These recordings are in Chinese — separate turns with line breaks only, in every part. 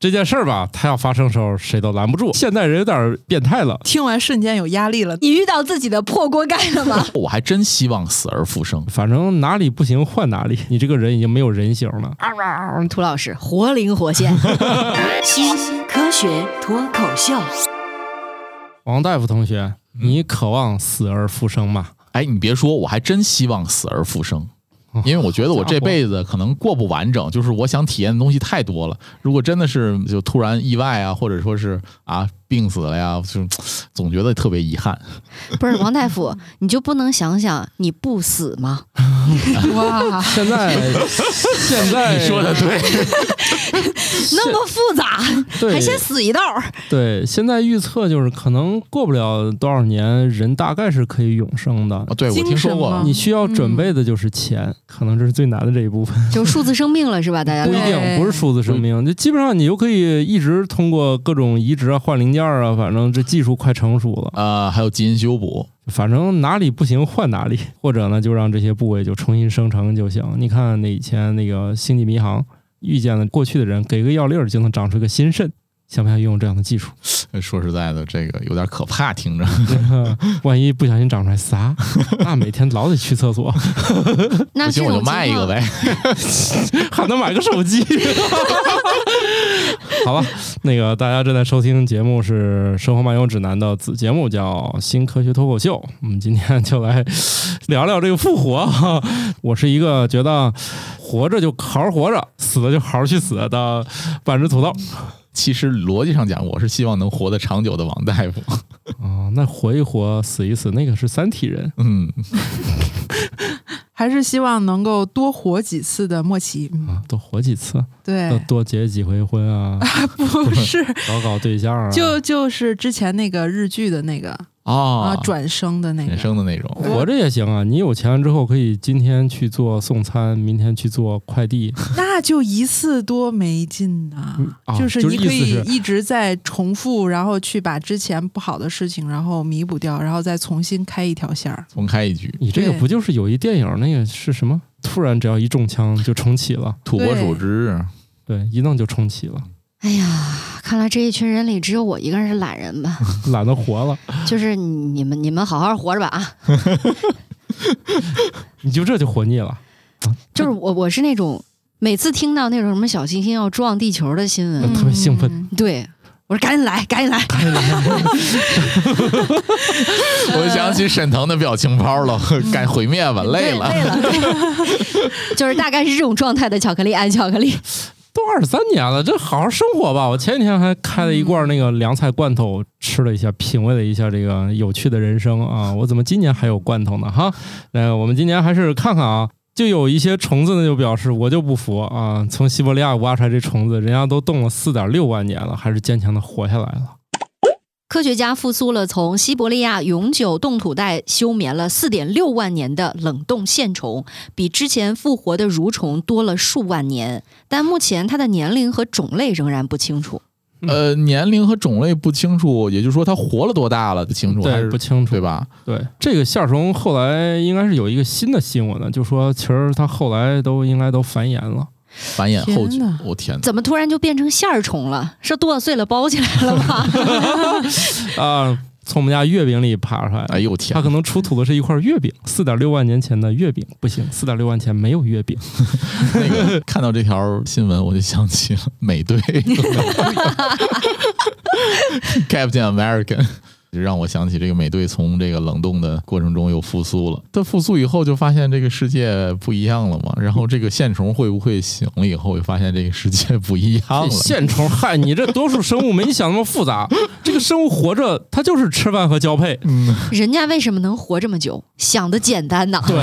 这件事儿吧，它要发生时候谁都拦不住。现代人有点变态了，
听完瞬间有压力了。
你遇到自己的破锅盖了吗？
我还真希望死而复生。
反正哪里不行换哪里，你这个人已经没有人形了。
涂老师活灵活现，
新科学脱口秀，
王大夫同学，你渴望死而复生吗？
哎，你别说，我还真希望死而复生
哦，
因为我觉得我
家
这
伙
辈子可能过不完整，就是我想体验的东西太多了。如果真的是就突然意外啊，或者说是啊病死了呀，就是总觉得特别遗憾。
不是王大夫，你就不能想想你不死吗？
哇，
现在，现在
你说的对，
那么复杂，
对
还先死一道儿，
对，现在预测就是可能过不了多少年，人大概是可以永生的。
啊对我
精
听说
神
过
吗，
你需要准备的就是钱，可能这是最难的这一部分。
就是数字生命了是吧？大家
不
都
一定
对
不是数字生命，就基本上你就可以一直通过各种移植啊、换零件啊，反正这技术快成熟了，
呃，还有基因修补，
反正哪里不行换哪里， 或者呢就让这些部位就重新生成就行。你看那以前那个《星际迷航》，遇见了过去的人，给个药粒儿就能长出一个新肾，想不想用这样的技术？
说实在的，这个有点可怕，听着。
万一不小心长出来仨，那每天老得去厕所，
那
不
这
行
种
我就卖一
情
个
况
呗。
还能买个手机。 好吧，那个大家正在收听节目是《生活漫游指南》的子节目，叫《新科学脱口秀》。我们今天就来聊聊这个复活。啊我是一个觉得活着就好好活着，死了就好好去死的半只土豆。
其实逻辑上讲，我是希望能活得长久的王大夫。
哦，那活一活，死一死，那个是三体人。
嗯，
还是希望能够多活几次的莫奇。嗯
啊，多活几次，多
对，
多结几回婚啊，
不是，
搞搞对象啊，
就就是之前那个日剧的那个啊，
哦，
转生的那
人
个。
生的那种，
活着也行啊，你有钱了之后可以今天去做送餐，明天去做快递，
那就一次多没劲呐、
啊
就是
就是
你可
意
以
思
一直在重复，然后去把之前不好的事情，然后弥补掉，然后再重新开一条线儿。
重开一局，
你这个
对
不就是有一电影那个是什么？突然只要一中枪就重启了，
土拨鼠之日。
对，一弄就重启了，
哎呀，看来这一群人里只有我一个人是懒人 吧？
懒得活了，
就是你你们你们好好活着吧啊！
你就这就活腻了。
就是我我是那种每次听到那种什么小行星要撞地球的新闻，
嗯特别兴奋
嗯，
对我说赶紧来赶紧来，
我想起沈腾的表情包了， 该毁灭吧，累了。
对 累了，对就是大概是这种状态的巧克力爱巧克力，
都二十三年了，这好好生活吧。我前几天还开了一
嗯
罐那个凉菜罐头，吃了一下，品味了一下这个有趣的人生啊。我怎么今年还有罐头呢？哈，呃，我们今年还是看看啊。就有一些虫子呢，就表示我就不服啊！从西伯利亚挖出来这虫子，人家都冻了四点六万年了，还是坚强的活下来了。
科学家复苏了从西伯利亚永久冻土带休眠了4.6万年的冷冻线虫，比之前复活的蠕虫多了数万年，但目前它的年龄和种类仍然不清楚。
呃，年龄和种类不清楚，也就是说他活了多大了不清楚，还
对，
是
不清楚
对。吧？
对，这个夏虫后来应该是有一个新的新闻的，就说其实它后来都应该都繁衍了。
繁衍后
天哪
我、天哪！
怎么突然就变成线儿虫了？是剁碎了包起来 了吗？
啊、从我们家月饼里爬出来的
哎。呦天
它可能出土的是一块月饼，四点六万年前的月饼不行，四点六万前没有月饼。
那个看到这条新闻，我就想起了美队 ，Captain American，就让我想起这个美队从这个冷冻的过程中又复苏了。他复苏以后就发现这个世界不一样了嘛。然后这个线虫会不会醒了以后会发现这个世界不一样
这
了？
线虫，嗨，你这多数生物没你想那么复 杂。这个生物活着，它就是吃饭和交配，
嗯
人家为什么能活这么久？想的简单呐。
对，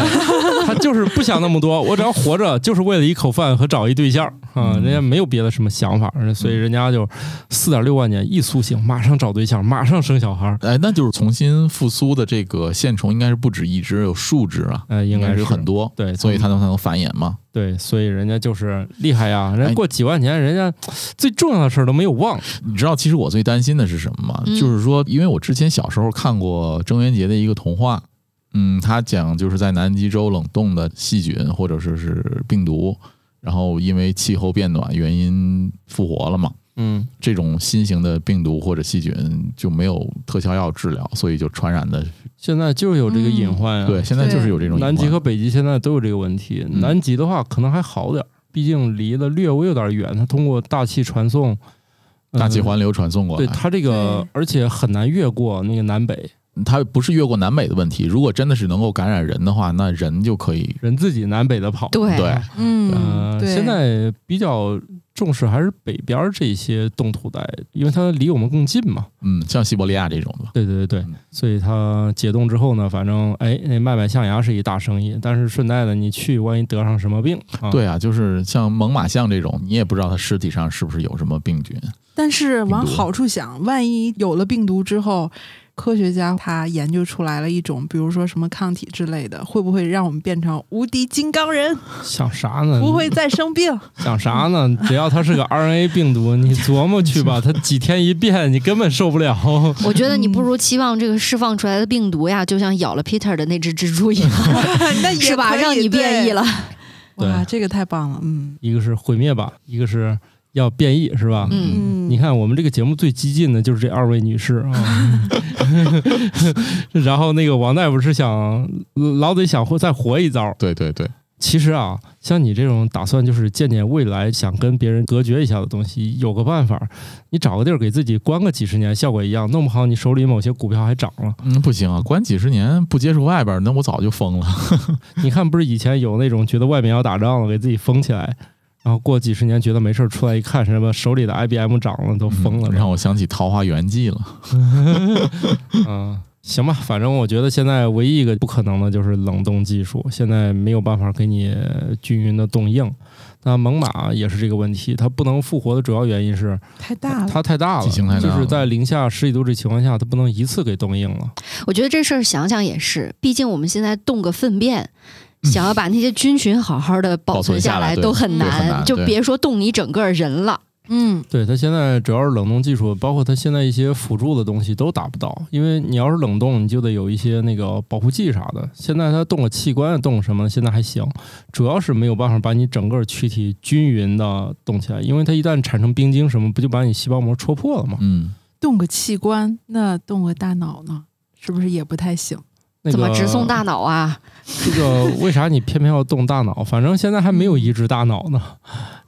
它就是不想那么多。我只要活着，就是为了一口饭和找一对象啊，人家没有别的什么想法，所以人家就四点六万年一苏醒，马上找对象，马上生小孩儿。
哎，那就是重新复苏的这个线虫应该是不止一只，有数只啊，
呃，应该
是
是
有很多，
对
所以它能才能繁衍嘛。
对，所以人家就是厉害呀！人
哎
家过几万年，人家最重要的事儿都没有忘。
你知道，其实我最担心的是什么吗？
嗯
就是说，因为我之前小时候看过郑渊洁的一个童话，嗯，他讲就是在南极洲冷冻的细菌或者说是病毒，然后因为气候变暖原因复活了嘛。
嗯
这种新型的病毒或者细菌就没有特效药治疗，所以就传染的。，
现在就是有这个
嗯
隐患啊。
对，现在就是有这种
南
隐
极
患
和北极现在都有这个问题。
嗯
南极的话可能还好点儿，毕竟离得略微有点远，它通过大气传送，呃
大气环流传送过
对
来。
它这个，而且很难越过那个南北，
它不是越过南北的问题，如果真的是能够感染人的话，那人就可以
人自己南北的跑。
对
对
嗯，
呃，
对，
现在比较重视还是北边儿这些冻土带，因为它离我们更近嘛。
嗯，像西伯利亚这种的，
对对对对
嗯，
所以它解冻之后呢，反正哎，那卖卖象牙是一大生意，但是顺带的你去，万一得上什么病啊？，
对啊，就是像猛犸象这种，你也不知道它尸体上是不是有什么病菌。
但是往
病毒
好处想，万一有了病毒之后，科学家他研究出来了一种，比如说什么抗体之类的，会不会让我们变成无敌金刚人，
想啥呢？
嗯
不会再生 病？
想啥呢？只要它是个 RNA 病毒，你琢磨去吧，它几天一变，你根本受不了。
我觉得你不如期望这个释放出来的病毒呀，就像咬了 Peter 的那只蜘蛛一样，
那 也
是吧？
可以
让你变异。了。
对哇，
对
这个太棒了，嗯
一个是毁灭吧，一个是要变异，是吧？
嗯
嗯，
你看，我们这个节目最激进的就是这二位女士啊， 然后那个王大夫是想老得想活再活一遭。
对对对，
其实啊，像你这种打算就是见见未来，想跟别人隔绝一下的东西，有个办法，你找个地儿给自己关个几十年，效果一样，弄不好你手里某些股票还涨了。
嗯，不行啊，关几十年不接触外边儿，那我早就疯了。
你看，不是以前有那种觉得外面要打仗了，给自己封起来，然后过几十年觉得没事儿出来一看，什么手里的 IBM 涨了，都疯了。
嗯让我想起《桃花源记》了。
嗯，行吧，反正我觉得现在唯一一个不可能的就是冷冻技术，现在没有办法给你均匀的冻硬。那猛犸也是这个问题，它不能复活的主要原因是
太大了，
它太大了，
体型太大了
就是在零下十几度这情况下，它不能一次给冻硬了。
我觉得这事儿想想也是，毕竟我们现在冻个粪便。想要把那些菌群好好的保
嗯保存
存
下来
来
对
都很
对很难
就
对
别说冻你整个人了。
嗯，
对，它现在主要是冷冻技术，包括它现在一些辅助的东西都达不到，因为你要是冷冻，你就得有一些那个保护剂啥的。现在它冻个器官，冻什么，现在还行，主要是没有办法把你整个躯体均匀的冻起来，因为它一旦产生冰晶什么，不就把你细胞膜戳破了吗？
嗯，
动个器官，那动个大脑呢，是不是也不太行？
那个
怎么直送大脑啊？
这个为啥你偏偏要动大脑？反正现在还没有移植大脑呢。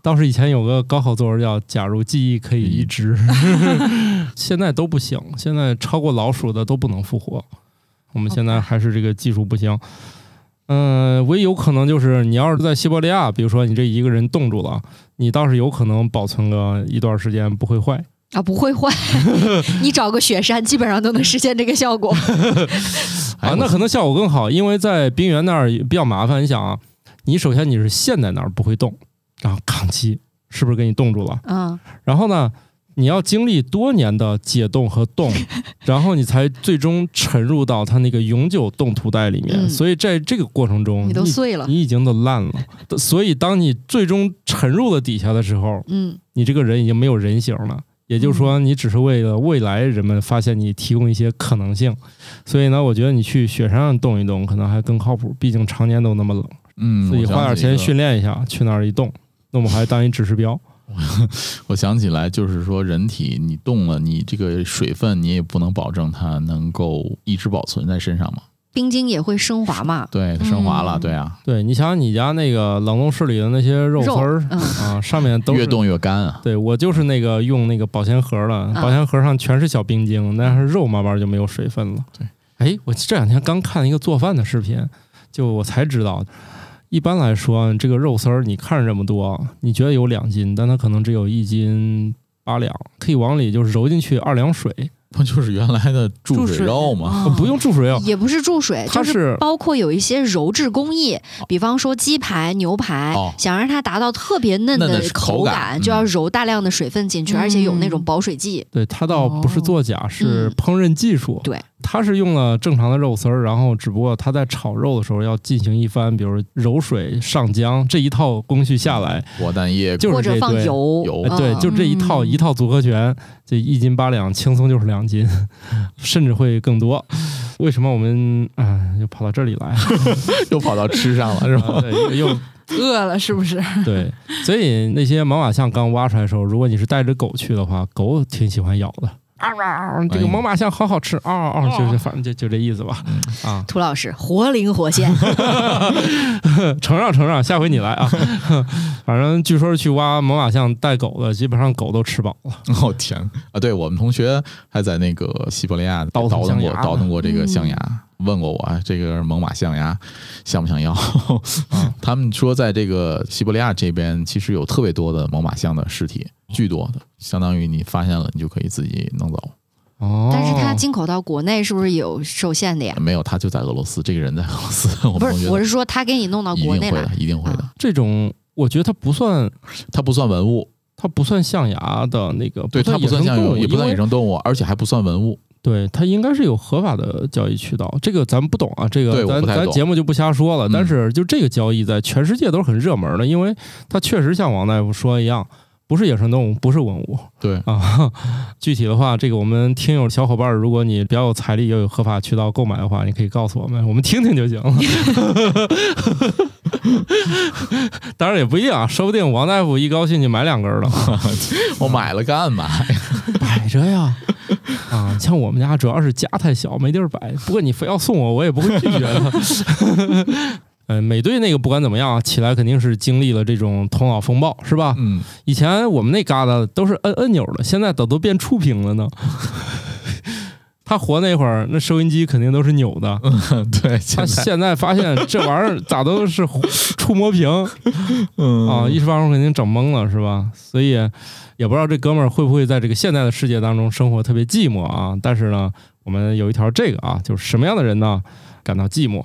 倒是以前有个高考作文叫“假如记忆可以移植”， 现在都不行，现在超过老鼠的都不能复活。我们现在还是这个技术不行。嗯、唯一有可能就是你要是在西伯利亚，比如说你这一个人冻住了，你倒是有可能保存个一段时间不会坏。
啊，不 会坏，你找个雪山基本上都能实现这个 效果。
哎
哎
啊，那可能效果更好，因为在冰原那儿也比较麻烦。你想啊，你首先你是陷在那儿不会动，然后抗击是不是给你冻住了？
嗯，
然后呢，你要经历多年的解冻和 冻，然后你才最终沉入到它那个永久冻土带里面。
嗯
所以在这个过程中，
你
你
嗯
都碎了。
你已经都烂了。所以当你最终沉入了底下的时候，
嗯，
你这个人已经没有人形了。也就是说，
嗯
你只是为了未来人们发现你提供一些可能性，所以呢，我觉得你去雪山上冻一冻可能还更靠谱，毕竟常年都那么冷，
嗯，
自己
我想
花点
起一
钱
个
训练一下，去那儿一冻，那我们还当一指示 标。
我想起来，就是说，人体你动了，你这个水分你也不能保证它能够一直保存在身上嘛。
冰晶也会升华嘛，
对，它升华了，
嗯
对啊，
对你想想你家那个冷冻室里的那些肉丝
肉
儿
嗯
啊，上面都是
越。冻越干啊。
对我就是那个用那个保鲜盒了，
啊
保鲜盒上全是小冰晶，但是肉慢慢就没有水分了。
对，
哎，我这两天刚看了一个做饭的视频，就我才知道，一般来说这个肉丝儿你看着这么多，你觉得有两斤，但它可能只有一斤八两，可以往里就是揉进去二两水，
不就是原来的注水肉吗？
啊
哦不用注水哦，
也不是注水，
它
就是
嗯
包括有一些揉制工艺，比方说鸡排、牛排，
哦
想让它达到特别嫩
嫩
的
的
口
口感
就要揉大量的水分进去，
嗯
而且有那种保水剂。
对，它倒不是作假，是烹饪技术。
对，
它是用了正常的肉丝儿，然后只不过它在炒肉的时候要进行一番，比如揉水、上浆这一套工序下来，
我蛋液
就是
或者
这
放
对
油，
油
哎
嗯
对，就这一套、
嗯
一套组合拳，这一斤八两，轻松就是两斤， 甚至会更多。为什么我们啊、哎又跑到这里来？
又跑到吃上了，是
啊
吧？
对，又又
饿了是不是？
对，所以那些猛犸象刚挖出来的时候，如果你是带着狗去的话，狗挺喜欢咬的。啊啊！啊这
哎
个猛犸象好好吃啊啊！
哦
就是反正就就这意思吧。
嗯
啊，
涂老师活灵 活现，
哦呃承让承让，下回你来啊。 反正据说是去挖猛犸象带狗的，基本上狗都吃饱了。
哦天啊！对我们同学还在那个西伯利亚
倒
倒
腾
腾
象
过
牙
倒腾过这
嗯
个象牙，问过我啊这个猛犸象牙想不想要？
嗯
他们说在这个西伯利亚这边其实有特别多的猛犸象的尸体，巨多的，相当于你发现了你就可以自己弄走。
哦，
但是它进口到国内是不是有受限的呀？
没有，他就在俄罗斯，这个人在俄罗斯，哦我
不
们同
是，
学
我是说它给你弄到
一定
国
会
内来
的，，一定会的
啊。
这种我觉得它不算，
它不算文物，
它不算象牙的那个，
对，它不算
野生
象牙，
哦动物
也不算
因
野
为
生动物，而且还不算文物。
对，它应该是有合法的交易渠道，这个咱们不懂啊，这
对
个
我
咱
不太
咱
懂
节目就不瞎说了。
嗯
但是就这个交易在全世界都是很热门的，因为它确实像王大夫说一样，不是野生动物，不是文物
对，
啊。具体的话，这个我们听友小伙伴儿，如果你比较有财力又有合法渠道购买的话，你可以告诉我们，我们听听就行了。 当然也不一定啊，说不定王大夫一高兴就买两根儿了。
我买了干嘛
啊
呀？
摆着呀，啊，像我们家主要是家太小，没地儿摆。不过你非要送我，我也不会拒绝的。嗯，美队那个不管怎么样啊，起来肯定是经历了这种头脑风暴，是吧？
嗯，
以前我们那旮沓都是摁按钮的，现在都都变触屏了呢。他活那会儿，那收音机肯定都是扭的。
对，
他
现在
现在发现这玩意儿咋都是 触摸屏，
嗯
啊，一时半会儿肯定整懵了，是吧？所以也不知道这哥们儿会不会在这个现代的世界当中生活特别寂寞啊。但是呢，我们有一条这个啊，就是什么样的人呢感到寂寞？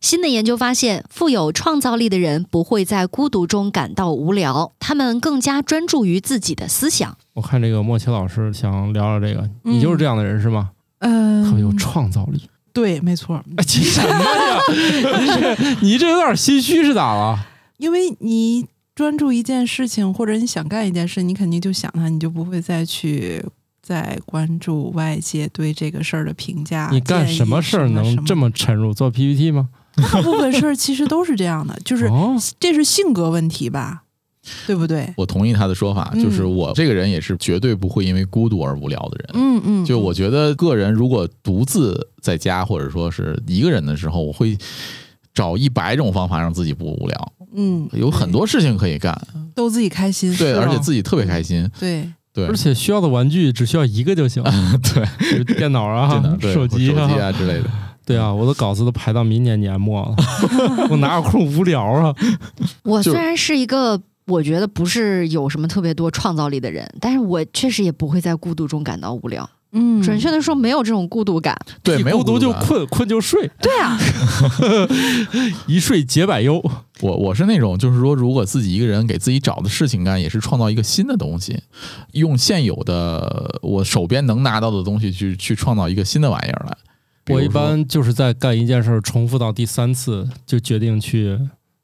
新的研究发现，富有创造力的人不会在孤独中感到无聊，他们更加专注于自己的思想。
我看这个莫奇老师想聊聊这个，你就是这样的人是吗？
嗯，
特别有创造力。
对，没错，
哎，这什么呀？ 你这你这有点心虚是咋了？
因为你专注一件事情，或者你想干一件事，你肯定就想它，你就不会再去再关注外界对这个事儿的评价。
你干
建议
什么事儿能这
么？
么沉入？做 PPT 吗？
大部分事儿其实都是这样的，就是
哦，
这是性格问题吧，对不对？
我同意他的说法，
嗯
就是我这个人也是绝对不会因为孤独而无聊的人。
嗯嗯，
就我觉得，个人如果独自在家或者说是一个人的时候，我会找一百种方法让自己不无聊，
嗯，
有很多事情可以干，
逗自己开心，
哎对，啊
是吧
而且自己特别开心，
对，
对
嗯啊而，且需要的玩具只需要一个就行，
对，
就是电脑
真
啊
的，、对
手机
手
啊
机，啊之类的。
对啊，我的稿子都排到明年年末 了，我哪有空无聊啊？
我
就
虽然是一个我觉得不是有什么特别多创造力的人，但是我确实也不会在孤独中感到无聊。
嗯，
准确的说，没有这种孤独感。
对，没有
孤独就
感
困，困就睡，
对啊，
一睡解百忧。
我我是那种，就是说，如果自己一个人给自己找的事情干，也是创造一个新的东西，用现有的我手边能拿到的东西去去创造一个新的玩意儿来。比如
我一
说
般就是在干一件事儿重复到第三次，就决定去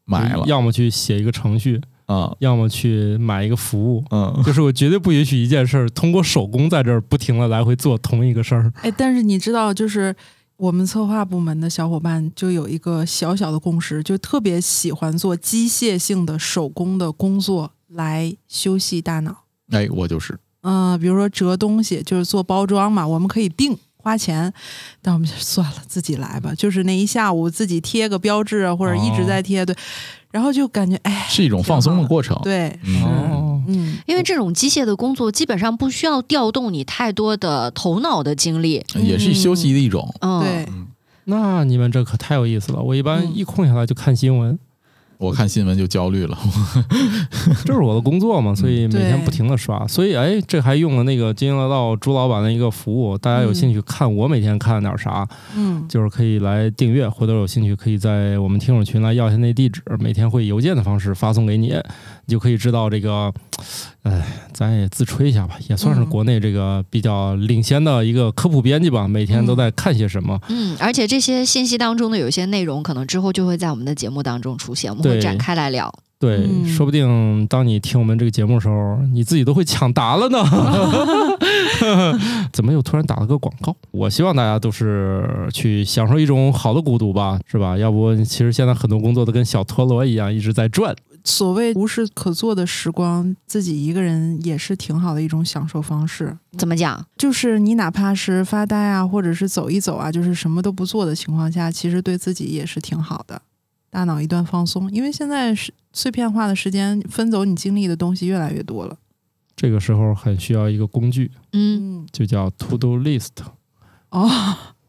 买了，
要么去写一个程序，
嗯
嗯要么去买一个服 务。
嗯，
就是我绝对不允许一件事儿通过手工在这儿不停的来回做同一个事儿。
哎，但是你知道，就是我们策划部门的小伙伴就有一个小小的共识，就特别喜欢做机械性的手工的工作来休息大脑。
哎，我就是，
嗯、比如说折东西，就是做包装嘛，我们可以定花钱，但我们就 算了，自己来吧。就是那一下午自己贴个标志啊，或者一直在贴，对，然后就感觉哎，
是一种放松的过程。
对，
嗯
哦，
嗯，
因为这种机械的工作基本上不需要调动你太多的头脑的精力。
也是休息的一种。
嗯，
对，
那你们这可太有意思了。我一般一空下来就看新闻，
我看新闻就焦虑了，
这是我的工作嘛，所以每天不停的刷，所以哎，这还用了那个金乐道朱老板的一个服务，大家有兴趣看我每天看点啥，
嗯，
就是可以来订阅，回头有兴趣可以在我们听友群来要一下那地址，每天会邮件的方式发送给你，你就可以知道这个，哎，咱也自吹一下吧，也算是
嗯
国内这个比较领先的一个科普编辑吧，每天都在看些什么，
嗯，而且这些信息当中的有些内容，可能之后就会在我们的节目当中出现，我们会
对
展开来聊。
对，
嗯
说不定当你听我们这个节目的时候，你自己都会抢答了呢。怎么又突然打了个广告？我希望大家都是去享受一种好的孤独吧，是吧？要不其实现在很多工作都跟小陀螺一样一直在转。
所谓无事可做的时光，自己一个人也是挺好的一种享受方式。
怎么讲？
就是你哪怕是发呆啊，或者是走一走啊，就是什么都不做的情况下，其实对自己也是挺好的，大脑一段放松。因为现在是碎片化的时间，分走你精力的东西越来越多了。
这个时候很需要一个工具，
嗯，
嗯，
就叫 To Do List。
哦，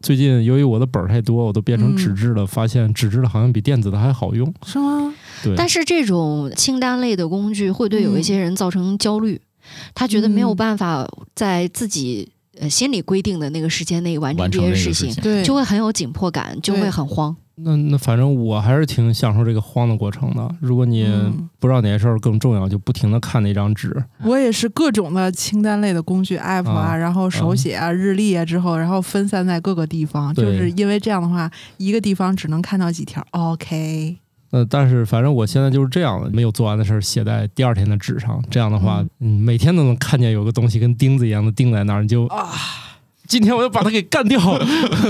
最近由于我的本儿太多，我都变成纸质的，发现纸质的好像比电子的还好用。
是吗？
对，
但是这种清单类的工具会对有一些人造成焦虑，他觉得没有
嗯
办法在自己呃心里规定的那个时间内完成
完
哎这
成这
些
个
事
事
情，
情。
对，
就会很有紧迫感，就会
对
很慌。
那那反正我还是挺享受这个慌的过程的。如果你
嗯
不知道哪些事儿更重要，就不停的看那张纸。
我也是各种的清单类的工具 app 啊，
啊
然后手写啊、日历啊之后，然后分散在各个地方，
对
就是因为这样的话，一个地方只能看到几条。OK，
那呃但是反正我现在就是这样了，没有做完的事儿写在第二天的纸上。这样的话，嗯，每天都能看见有个东西跟钉子一样的钉在那儿，你就啊，今天我要把它给干掉。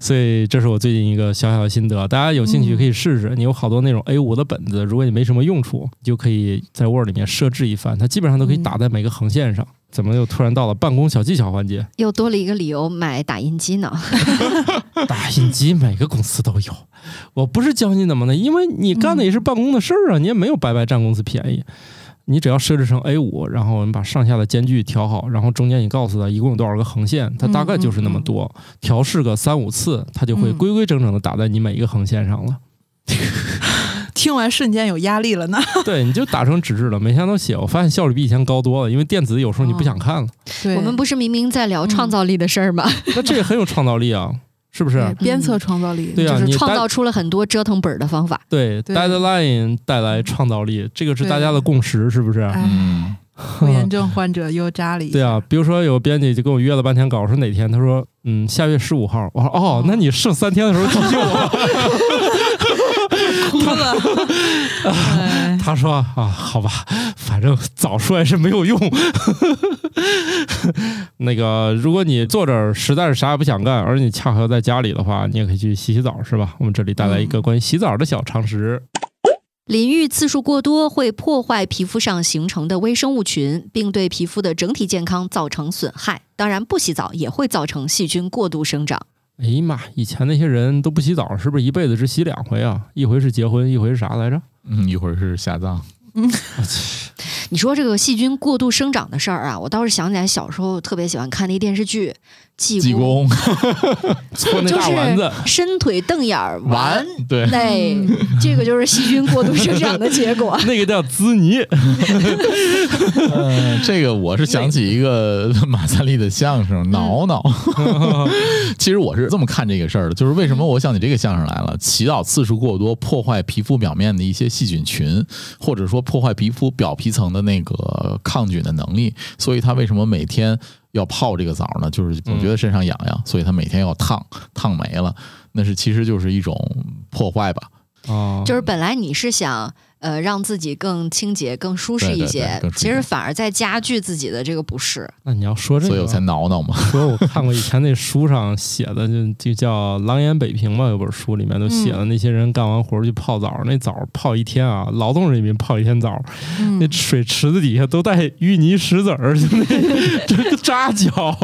所以这是我最近一个小小的心得，大家有兴趣可以试试。你有好多那种 A 5的本子，如果你没什么用处，你就可以在 Word 里面设置一番，它基本上都可以打在每个横线上。怎么又突然到了办公小技巧环节？
又多了一个理由买打印机呢。
打印机每个公司都有，我不是教你怎么的，因为你干的也是办公的事儿啊，你也没有白白占公司便宜。你只要设置成 A 五，然后我们把上下的间距调好，然后中间你告诉他一共有多少个横线，它大概就是那么多，调试个三五次，它就会
嗯
规规整整的打在你每一个横线上 了。
听完瞬间有压力了 呢。
对，你就打成纸质了，每天都写，我发现效率比以前高多了，因为电子有时候你不想看了，
对
我们不是明明在聊
嗯
创造力的事儿吗？
那这也很有创造力啊，是不是？
对
嗯
鞭策创造力，
对啊
就
你
是创
单
造出了很多折腾本儿的方法。
对
对
d e a d l i n e 带来创造力，这个是大家的
对
共识，是不是？
哎，
嗯，
拖延症患者又扎了一下
对啊，，比如说有编辑就跟我约了半天稿，说哪天？他说嗯，下月十五号。我说哦
哦，
那你剩三天的时候提醒 我。
哭了。哎
他说啊，好吧，反正早说也是没有用。 那个，如果你坐这儿实在是啥也不想干，而你恰好又在家里的话，你也可以去洗洗澡，是吧？我们这里带来一个关于洗澡的小常识。
嗯
淋浴次数过多会破坏皮肤上形成的微生物群，并对皮肤的整体健康造成损害。当然，不洗澡也会造成细菌过度生长。
哎呀妈，以前那些人都不洗澡，是不是一辈子只洗两回啊？一回是结婚，一回是啥来着？
嗯，一会儿是下葬，
你说这个细菌过度生长的事儿啊，我倒是想起来小时候特别喜欢看的一电视剧《济
济
公
公
搓那大丸子，》，
伸腿瞪眼儿
完
玩。，
对，
哎，这个就是细菌过度生长的结果。
那个叫滋泥。
嗯，这个我是想起一个 马三立的相声，挠挠。其实我是这么看这个事儿的，就是为什么我想起这个相声来了？洗澡次数过多，破坏皮肤表面的一些细菌群，或者说破坏皮肤表皮层的那个抗菌的能力。所以他为什么每天要泡这个澡呢？就是总觉得身上痒痒，所以他每天要烫，烫没了，那是其实就是一种破坏吧。
哦，
就是本来你是想呃让自己更清洁、更舒适
对
一
对
些，
对更舒适
其实反而在加剧自己的这个不适。
那你要说这
所以
个啊
我才
吧，
挠挠嘛。
说我看过以前那书上写的，就就叫《狼烟北平》吧，有本书里面都写了那些人干完活儿去泡澡，那澡儿泡一天啊，劳动人民泡一天澡，
嗯
那水池子底下都带淤泥石子儿，就那这个扎脚，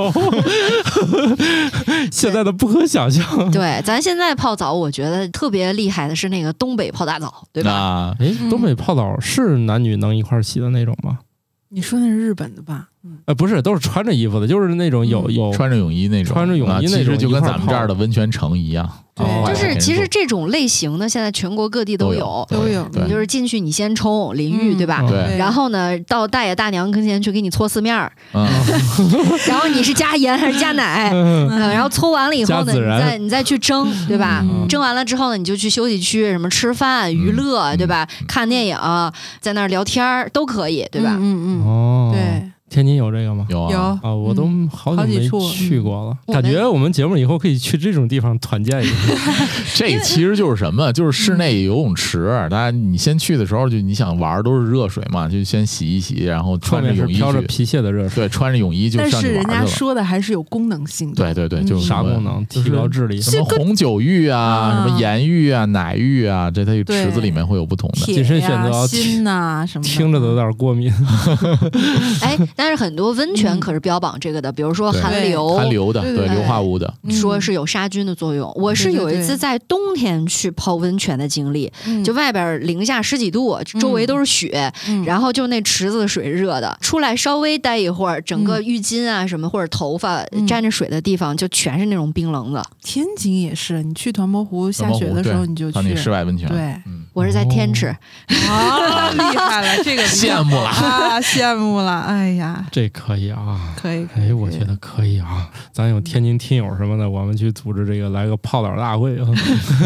现在的不可想象。
对，咱现在泡澡，我觉得特别厉害的是那个东北泡大澡，对吧？
那
哎，东北泡澡是男女能一块儿洗的那种吗？
你说那是日本的吧？嗯，
呃，不是，都是穿着衣服的，就是那种有
嗯
有
穿着泳衣那种，
哦穿着泳衣
啊
那种
其实就
一
跟
块儿
咱们这儿的
泡
温泉城一样。
对
哦
啊
就是其实
对
这种类型的，现在全国各地都
都
有。
都有
你就
对
是进去，你先冲淋浴，
嗯
对吧？
嗯
对，
然后呢，到大爷大娘跟前去给你搓四面儿，
嗯，
然后你是加盐还是加奶？
嗯
嗯，然后搓完了以后
加
呢，
孜
你
然
再你再去蒸，对吧？
嗯
蒸完了之后呢，你就去休息区，什么吃饭、娱乐，
嗯
对吧？看电影，在那儿聊天儿都可以，对吧？
嗯嗯，
哦，
对，
天津有这个吗？
有啊，
有
啊，我都好久
好几
没
处
去过了，
嗯
感觉我们节目以后可以去这种地方团建一下。
这其实就是什么？就是室内游泳池，大家你先去的时候就你想玩都是热水嘛，就先洗一洗，然后
上
穿着
面是
泳衣
飘着
去，
皮屑的热水，
对，穿着泳衣就
但
上
是
去
人
玩去
家
了。
说的还是有功能性的，
对对对，就
嗯
是
啥
什么
功能？
就
提
是
高智力。
什么红酒浴啊，
啊
什么盐浴啊，奶浴啊，这它有池子里面会有不同的。
铁
谨慎选
呀、
择啊
锌呐、什么的，嗯
听着都有点过敏，
哎，但是很多温泉可是标榜这个的，比如说
对
含
对
硫，
含硫的，
对
对
对
硫化物的，
嗯
说是有杀菌的作用。我是
对对
有一次
对
在冬天去泡温泉的经历，
嗯
就外边零下十几度，周围都是雪，
嗯
然后就那池子的水热的，出来稍微待一会儿，整个浴巾啊什么或者头发
嗯
沾着水的地方就全是那种冰冷的。
天津也是，你去团泊湖下
团泊湖
雪的时候
对
你就去，
它那室外温泉，
对，
嗯，
我是在天池，
啊，厉害了，这个厉害
羡 慕了。
啊，羡慕了，哎呀，
这可以啊。
可以，
哎，我觉得可以啊！咱有天津听友什么的，我们去组织这个来个泡澡大会啊。
哦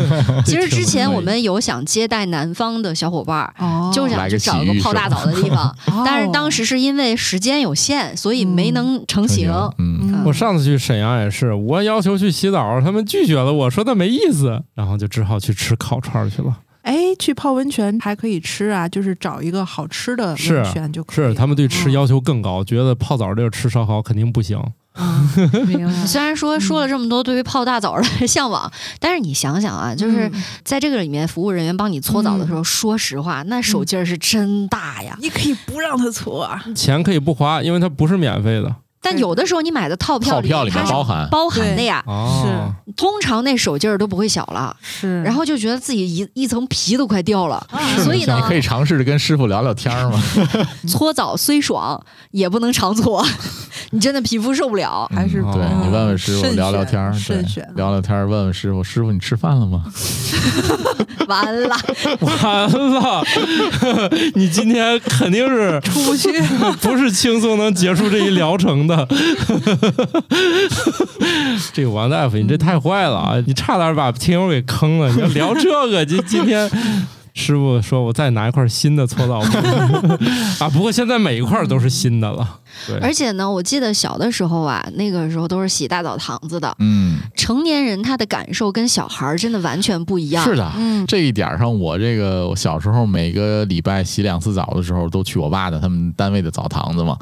其实之前
可以
我们有想接待南方的小伙伴儿。
哦，
就想
来
去
个
找
洗
一个
浴
泡
是
大
吧
澡的地方，
哦
但是当时是因为时间有限，所以没
嗯
能成型。
嗯，
嗯
我上次去沈阳也是，我要求去洗澡，他们拒绝了我，说那没意思，然后就只好去吃烤串儿去了。
哎，去泡温泉还可以吃啊，就是找一个好吃的
是
温泉就可以了。
是他们对吃要求更高，觉得泡澡地儿吃烧烤肯定不行。
嗯，嗯明 白
虽然说说了这么多对于泡大澡的向往，
嗯
但是你想想啊，就是
嗯
在这个里面，服务人员帮你搓澡的时候，说实话，那手劲儿是真大呀。
你可以不让他搓啊，
钱可以不花，因为它不是免费的。
但有的时候你买的套票
套票里
它
面
是
包含
包含的呀，
哦，
通常那手劲儿都不会小了，
是
然后就觉得自己一一层皮都快掉了。
啊
所以呢
嗯你，可以尝试着跟师傅聊聊天儿嘛。
搓澡虽爽，也不能常搓， 你真的皮肤受不了。
还是
嗯
对
嗯
你问问师傅
慎选
聊聊天儿，对
慎选，
聊聊天儿，问问师傅，师傅你吃饭了吗？
完了，
完了，你今天肯定是
出不去。
不是轻松能结束这一疗程的。 这个王大夫，你这太坏了啊！你差点把听友给坑了。你要聊这个，今今天。师傅说：“我再拿一块新的搓澡布 啊，不过现在每一块都是新的了。对
而且呢，我记得小的时候啊，那个时候都是洗大澡堂子的，
嗯，
成年人他的感受跟小孩儿真的完全不一样。
是的，
嗯，
这一点儿上，我这个我小时候每个礼拜洗两次澡的时候，都去我爸的他们单位的澡堂子嘛。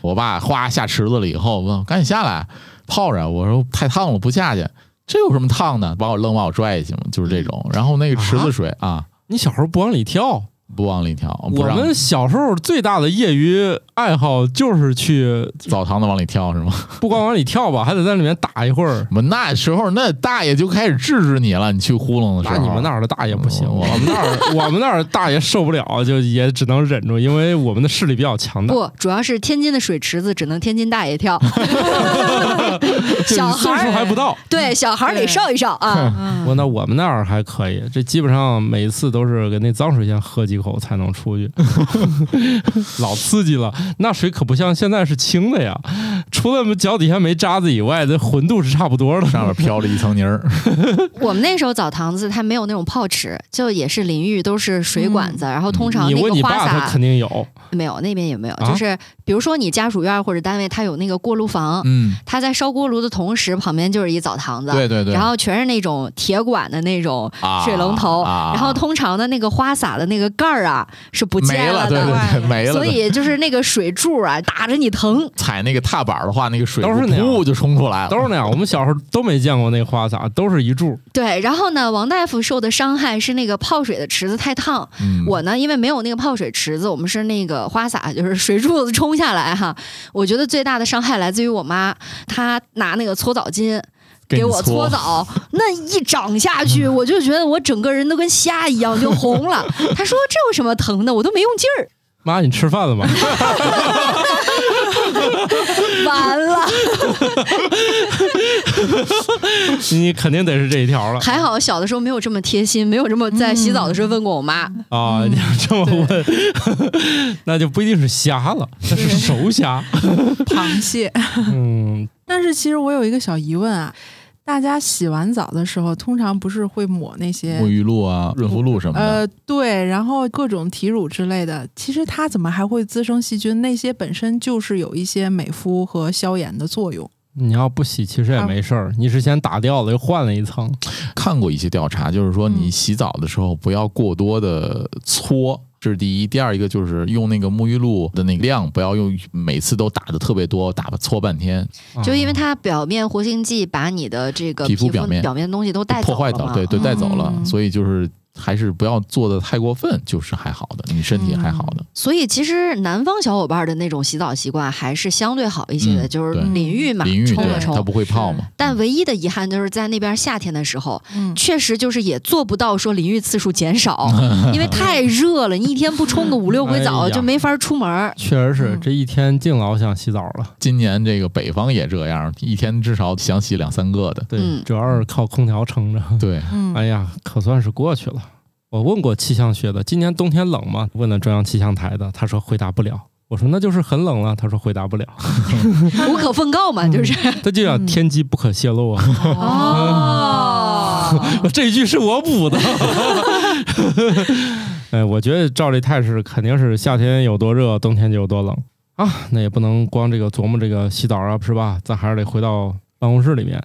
我爸哗下池子了以后，问我赶紧下来泡着，我说太烫了不下去，这有什么烫的？把我愣把我拽下去嘛，就是这种。然后那个池子水啊
你小时候不往里跳，
不往里跳，不
我
让
们小时候最大的业余爱好就是去，
澡堂子往里跳是吗？
不光往里跳吧，还得在里面打一会儿。
我们那时候那大爷就开始制止你了，你去糊弄的时
那
候，
你们那儿的大爷不行，
嗯
我们那儿我们那儿大爷受不了，就也只能忍住，因为我们的势力比较强大。
不，主要是天津的水池子只能天津大爷跳，
就
小
你
孩
岁数
儿啊
还不到，
对，小孩儿得
对
少一少啊。
我那我们那儿还可以，这基本上每次都是给那脏水先喝几口才能出去，老刺激了。那水可不像现在是清的呀，除了脚底下没渣子以外，这浑度是差不多的。
上面飘着一层 泥儿，嗯
我们那时候澡堂子它没有那种泡池，就也是淋浴，都是水管
嗯
子，然后通常
你
那
问
个
你
花
爸，他
洒
肯定有。
没有，那边也没有。
啊
就是比如说你家属院或者单位，它有那个锅炉房，
嗯，
它在烧锅炉的同时，旁边就是一澡堂子。
对对对，
然后全是那种铁管的那种
啊
水龙头，
啊
然后通常的那个花洒的那个盖儿啊是不
没
见
了，对
的，
对对，没了，
所以就是那个水柱啊打着你疼。
踩那个踏板的话，那个水
都是那样
噗就冲出来了，
都是那样。我们小时候都没见过那花洒，都是一柱。
对，然后呢，王大夫受的伤害是那个泡水的池子太烫。
嗯
我呢，因为没有那个泡水池子，我们是那个花洒，就是水柱子冲下来哈。我觉得最大的伤害来自于我妈，她拿那个搓澡巾。
给你
给我
搓
搓澡，那一掌下 去，我就觉得我整个人都跟虾一样就红了。她说：“这有什么疼的？我都没用劲儿。”
妈，你吃饭了吗？
完了，
你肯定得是这一条了
还好小的时候没有这么贴心，没有这么在洗澡的时候问过我妈。
嗯
啊！
嗯
你要 这么问，那就不一定是虾了，那是 熟虾。
螃蟹。
嗯，
但是其实我有一个小疑问啊，大家洗完澡的时候，通常不是会抹那
沐
些。
浴露啊、润肤露什么的，
呃，对，然后各种体乳之类的，其实它怎么还会滋生细菌？那些本身就是有一些美肤和消炎的作用。
你要不洗其实也没事儿，你是先打掉了又换了一层，
看过一些调查，就是说你
嗯
洗澡的时候不要过多的搓。这是第一，第二一个就是用那个沐浴露的那个量，不要用每次都打的特别多，打吧搓半天，
就因为
啊
它表面活性剂把你的这个
皮肤表
表
面
的东西都带走
破坏
了
掉，
嘛
对对，带走了，
嗯
所以就是还是不要做的太过分，就是还好的，你身体还好的，
所以其实南方小伙伴的那种洗澡习惯还是相对好一些的，
嗯
就是
对
淋浴嘛，
淋浴
冲
对
了
它
冲。
不会泡嘛，
但唯一的遗憾就是在那边夏天的时候，
嗯，
哎
确实就是也做不到说淋浴次数 减少，因为太热了，你一天不冲个五六回
哎
澡
呀
就没法出门 儿。
确实是
嗯
这一天净老想洗澡了。
今年这个北方也这样，一天至少想洗两三个的。
对，
嗯
主要是靠空调撑着。
对，
嗯
哎呀，可算是过去了。我问过气象学的，今年冬天冷吗？问了中央气象台的，他说回答不了。我说那就是很冷了，他说回答不了。
无可奉告嘛，就是。
这就叫
嗯
天机不可泄露啊！
嗯
哦，
这一句是我补的。哎，我觉得照这态势，肯定是夏天有多热，冬天就有多冷啊。那也不能光这个琢磨这个洗澡啊，是吧？咱还是得回到办公室里面。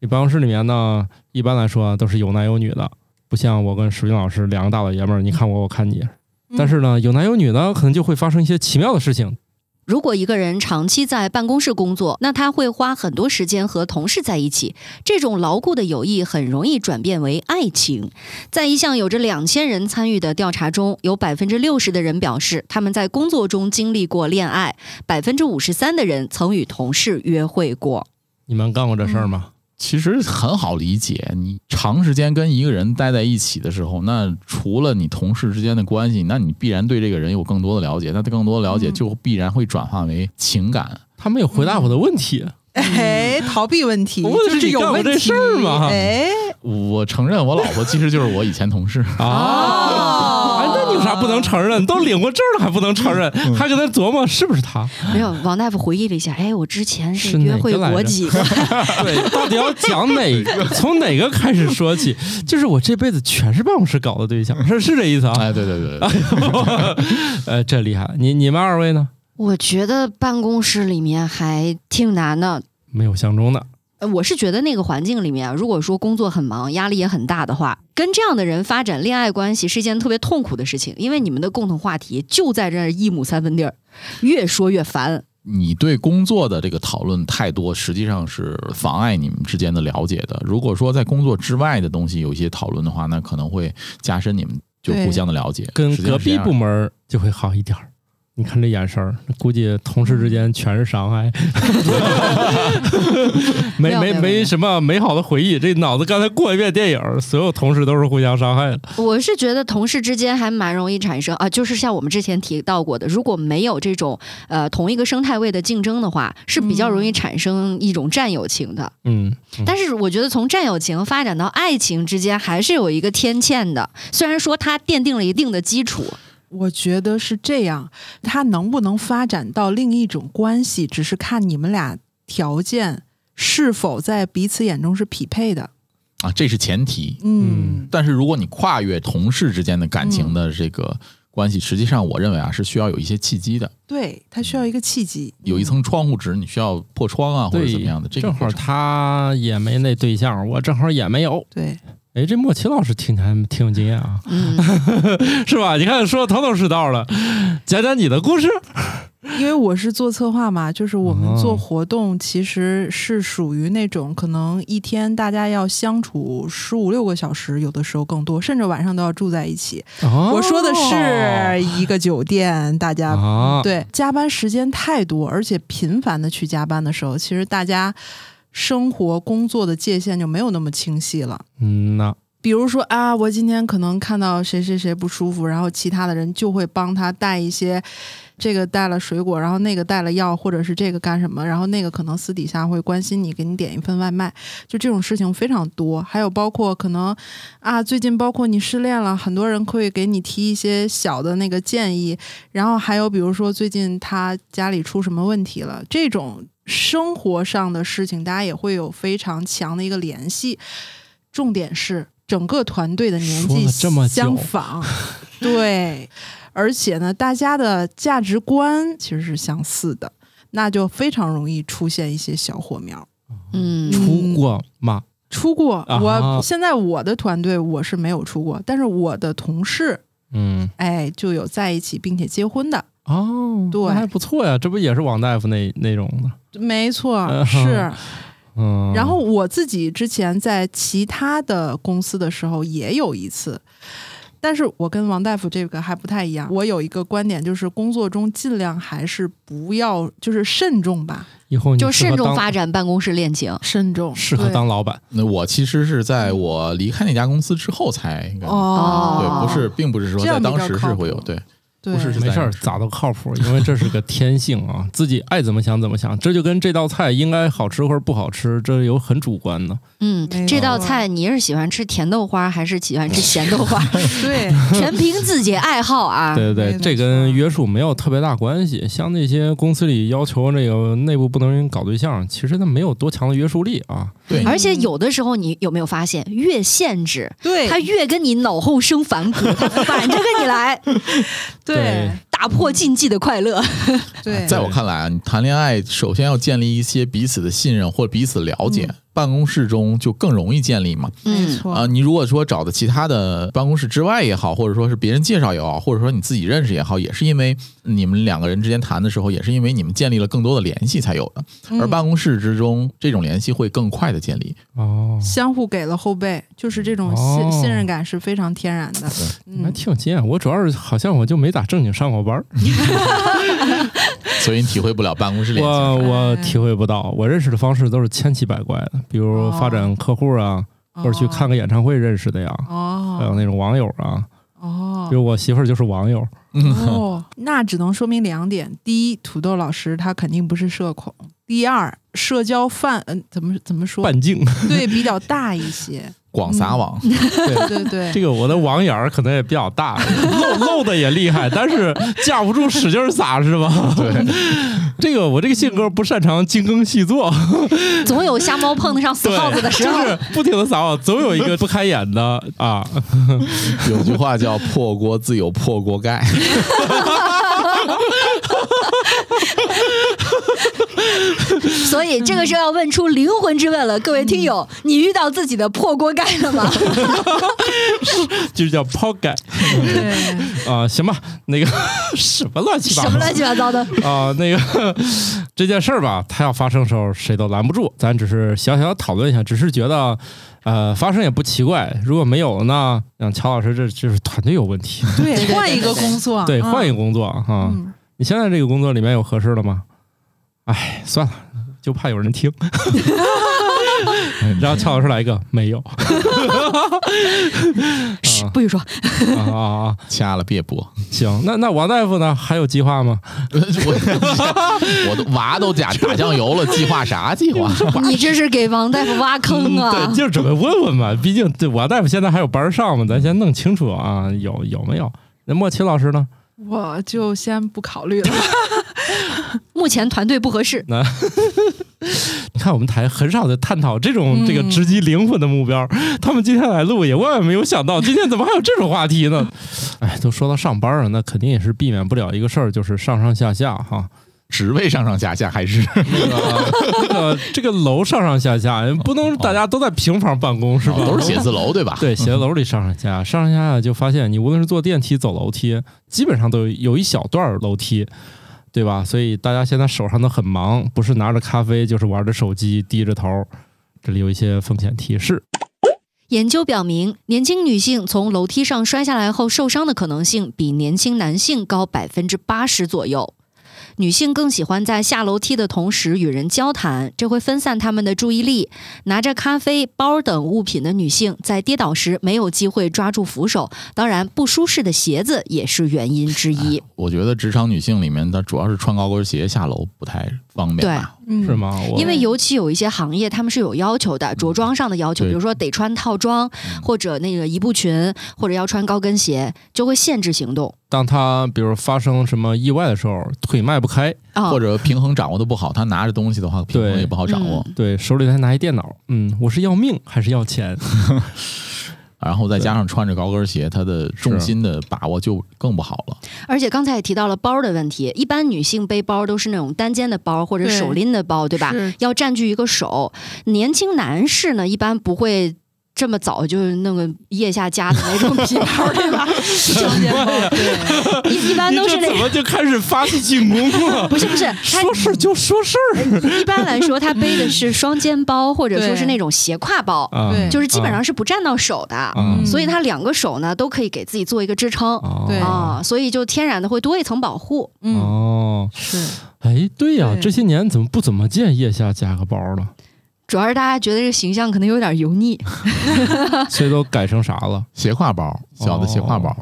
这办公室里面呢，一般来说啊都是有男有女的，不像我跟石斌老师两个大老爷们儿，你看我，我看你。
嗯
但是呢，有男有女呢，可能就会发生一些奇妙的事情。
如果一个人长期在办公室工作，那他会花很多时间和同事在一起，这种牢固的友谊很容易转变为爱情。在一项有着两千人参与的调查中，有百分之六十的人表示他们在工作中经历过恋爱，百分之五十三的人曾与同事约会过。
你们干过这事儿吗？
其实很好理解。你长时间跟一个人待在一起的时候，那除了你同事之间的关系，那你必然对这个人有更多的了解，那更多的了解
嗯
就必然会转化为情感。
他没有回答我的问题。
哎，逃避问题，
我问的
就是是
你
有
干过
问
这
题
事儿吗
哎，
我承认，我老婆其实就是我以前同 事。
哦
啊，哎，那你有啥不能
哦
承认？都领过证了还不能承认，
嗯
还搁那琢磨是不是他？
没有，哎王大夫回忆了一下，哎，我之前
是
是
哪
约
个
会
来
过
着
几个，
对，到底要讲哪个？从哪个开始说起？就是我这辈子全是办公室搞的对象，是是这意思啊？
哎，对对对对，
呃，这厉害！你你们二位呢？
我觉得办公室里面还挺难的，
没有相中的，
呃，我是觉得那个环境里面啊，如果说工作很忙、压力也很大的话，跟这样的人发展恋爱关系是一件特别痛苦的事情，因为你们的共同话题就在这儿一亩三分地儿，越说越烦。
你对工作的这个讨论太多，实际上是妨碍你们之间的了解的。如果说在工作之外的东西有一些讨论的话，那可能会加深你们就
对
互相的了解。
跟
实际
隔
上是这
壁
样
部门儿就会好一点儿。你看这眼神儿，估计同事之间全是伤 害，没
没有
没
没有没
没
有
什么美好的回忆。这脑子刚才过一遍电影儿，所有同事都是互相伤害的。
我是觉得同事之间还蛮容易产生啊，就是像我们之前提到过的，如果没有这种呃同一个生态位的竞争的话，是比较容易产生一种占有情的。
嗯，嗯
但是我觉得从战友情发展到爱情之间，还是有一个天堑的。虽然说它奠定了一定的基础，
我觉得是这样，它能不能发展到另一种关系，只是看你们俩条件是否在彼此眼中是匹配的。
啊，这是前提。
嗯
嗯，
但是如果你跨越同事之间的感情的这个关系，实际上我认为啊是需要有一些契机的，
对，它需要一个契机，
有一层窗户纸，你需要破窗啊或者
对，
怎么样的。这个
正好
过程
他也没那对象，我正好也没有。
对，
哎，这莫奇老师听起来挺有经验啊，
嗯，
是吧？你看说的头头是道了，讲讲你的故事。
因为我是做策划嘛，就是我们
哦
做活动其实是属于那种可能一天大家要相处十五六个小时，有的时候更多，甚至晚上都要住在一起。
哦
我说的是一个酒店，大家
啊，
对，加班时间太多，而且频繁的去加班的时候，其实大家生活工作的界限就没有那么清晰了。
嗯呐，
比如说啊，我今天可能看到谁谁谁不舒服，然后其他的人就会帮他带一些，这个带了水果，然后那个带了药，或者是这个干什么，然后那个可能私底下会关心你，给你点一份外卖，就这种事情非常多。还有包括可能啊，最近包括你失恋了，很多人会给你提一些小的那个建议，然后还有比如说最近他家里出什么问题了，这种生活上的事情，大家也会有非常强的一个联系。重点是整个团队的年
说
纪
了这么久
相仿，对，而且呢，大家的价值观其实是相似的，那就非常容易出现一些小火苗。
嗯
嗯
出过吗？
出过，
啊
我现在我的团队我是没有出过，但是我的同事
嗯，
哎就有在一起并且结婚的，
哦，
对
那还不错呀，这不也是王大夫那那种的？
没错，
嗯
是。
嗯，
然后我自己之前在其他的公司的时候也有一次，但是我跟王大夫这个还不太一样。我有一个观点，就是工作中尽量还是不要，就是慎重吧，
以后你
就
适合
慎重
当
发展办公室恋情。
慎重
适合
对
当老板，
那我其实是在我离开那家公司之后才应该，
哦，
对，不是，并不是说
这
在
样
当时
比较
是
靠
会有
谱
对，
对，
不是
没事儿，咋都靠谱，因为这是个天性啊，自己爱怎么想怎么想，这就跟这道菜应该好吃或者不好吃，这有很主观的。
嗯
没，啊
这道
错
菜你是喜欢吃甜豆花还是喜欢吃咸豆花？
对，
全凭自己爱好啊。
对对对，
没
这
错
跟约束没有特别大关系。像那些公司里要求那个内部不能搞对象，其实它没有多强的约束力啊。
对
而且有的时候，你有没有发现，越限制，
嗯对，
他越跟你脑后生反 骨，他反着跟你来，
对
对，
打破禁忌的快 乐。
对，
在我看来啊，你谈恋爱首先要建立一些彼此的信任或彼此了解，办公室中就更容易建立嘛。
没
嗯，
错
啊、你如果说找的其他的办公室之外也好，或者说是别人介绍也好，或者说你自己认识也好，也是因为你们两个人之间谈的时候，也是因为你们建立了更多的联系才有的。嗯
嗯
而办公室之中，这种联系会更快的建立。
哦，
相互给了后背，就是这种信、
哦
信任感是非常天然的。
还
嗯，
挺有经验。我主要是好像我就没咋正经上过班儿，
所以你体会不了办公室恋情。
我我
哎
体会不到。我认识的方式都是千奇百怪的，比如
哦
发展客户啊，或者去看个演唱会认识的呀，还有
哦
那种网友啊，
哦
比如嗯我媳妇儿就是网友。
哦，那只能说明两点：第一，土豆老师他肯定不是社恐；第二，社交范嗯、怎么怎么说？
半径，
对，比较大一 些。
广撒网，
对对对
这个我的网眼儿可能也比较大，漏漏的也厉害，但是架不住使劲儿撒是吧？
对，
这个我这个性格不擅长精耕细作，
总有瞎猫碰得上死耗子的时
就
候。
是不停的撒网，总有一个不开眼的啊。
有句话叫“破锅自有破锅盖
所以
嗯
这个时候要问出灵魂之问了，各位听友，你遇到自己的破锅盖 了吗？
就叫抛 改
对，
啊，行吧，那个 什么乱七八
什
糟
么乱七八糟的？
啊，那个这件事儿吧，它要发生的时候谁都拦不住，咱只是小小讨论一下，只是觉得呃发生也不奇怪，如果没有呢，像乔老师这就是团队有问题，
对对
对，换一个
对对
工作，
对，换一
个。
个工作啊哈。
啊嗯，
你现在这个工作里面有合适的吗？哎，算了，就怕有人听。然后乔老师来一个，没有。
嘘，不许说。
啊啊啊！”，
掐了别播。
行，那那王大夫呢？还有计划吗？
我我都娃都打打酱油了，计划啥计划？
你这是给王大夫挖坑
嗯
啊
对，！就是准备问问嘛，毕竟对王大夫现在还有班上嘛，咱先弄清楚啊，有有没有？那莫奇老师呢？
我就先不考虑了。
目前团队不合适，
你看我们台很少的探讨这种
嗯
这个直击灵魂的目标，他们今天来录也万万没有想到，今天怎么还有这种话题呢？ 哎，都说到上班了，那肯定也是避免不了一个事儿，就是上上下下哈。
职位上上下下还是
那个那 个这个楼上上下下，不能大家都在平房办公是吧？
都是写字楼对 吧？
对，写字楼里上上下下，上上下下就发现，你无论是坐电梯、走楼梯，基本上都有有一小段儿楼梯，对吧？所以大家现在手上都很忙，不是拿着咖啡，就是玩着手机，低着头。这里有一些风险提示，
研究表明，年轻女性从楼梯上摔下来后受伤的可能性比年轻男性高百分之八十左右。女性更喜欢在下楼梯的同时与人交谈，这会分散她们的注意力。拿着咖啡、包等物品的女性，在跌倒时没有机会抓住扶手，当然，不舒适的鞋子也是原因之一。
哎我觉得职场女性里面，她主要是穿高跟鞋下楼不太方便吧。
嗯
是？吗？我
因为尤其有一些行业，他们是有要求的，着装上的要求，
对
比如说得穿套装，或者那个一步裙，或者要穿高跟鞋，就会限制行动
当他比如发生什么意外的时候，腿迈不开，
啊。
或者平衡掌握的不好，他拿着东西的话，平衡
对
也不好掌握。
嗯
对手里还拿一电脑，嗯，我是要命还是要 钱？
然后再加上穿着高跟鞋，他的重
是
心的把握就更不好了。
而且刚才也提到了包的问题，一般女性背包都是那种单肩的包或者
对
手拎的包，对吧
是？
要占据一个手。年轻男士呢，一般不会。这么早就弄个腋下夹的那种皮包，对吧？
双肩包，对，
一一般
你
都是
这
那
怎么就开始发起进攻了？
不是不是， 他
说事儿就说事儿
一般来说他背的是双肩包，或者说是
对
那种斜挎包，
啊
对
就是基本上是不占到手的，
啊
嗯
所以他两个手呢都可以给自己做一个支撑
啊
对
啊、所以就天然的会多一层保护。
嗯，
哦，
是
哎，对呀，
对
这些年怎么不怎么见腋下加个包 了？
主要是大家觉得这个形象可能有点油腻，
所以都改成啥了？
斜挎包，小的斜挎包，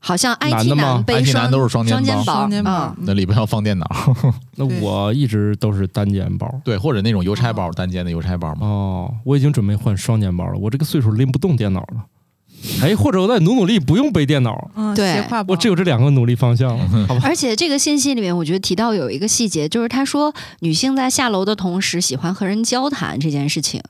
好像
男
IT
的吗
男背
IT 男
双
都是双肩
肩
包
包
双肩包
啊，
那里边要放电脑，
那
对
我一直都是单肩包。
对，或者那种邮差包，单肩的邮差包嘛。
哦，我已经准备换双肩包了，我这个岁数拎不动电脑了。哎，或者我再努努力，不用背电脑，
嗯，
对
斜挎包，
啊
我只有这两个努力方向了。
而且这个信息里面，我觉得提到有一个细节，就是他说女性在下楼的同时喜欢和人交谈这件事情，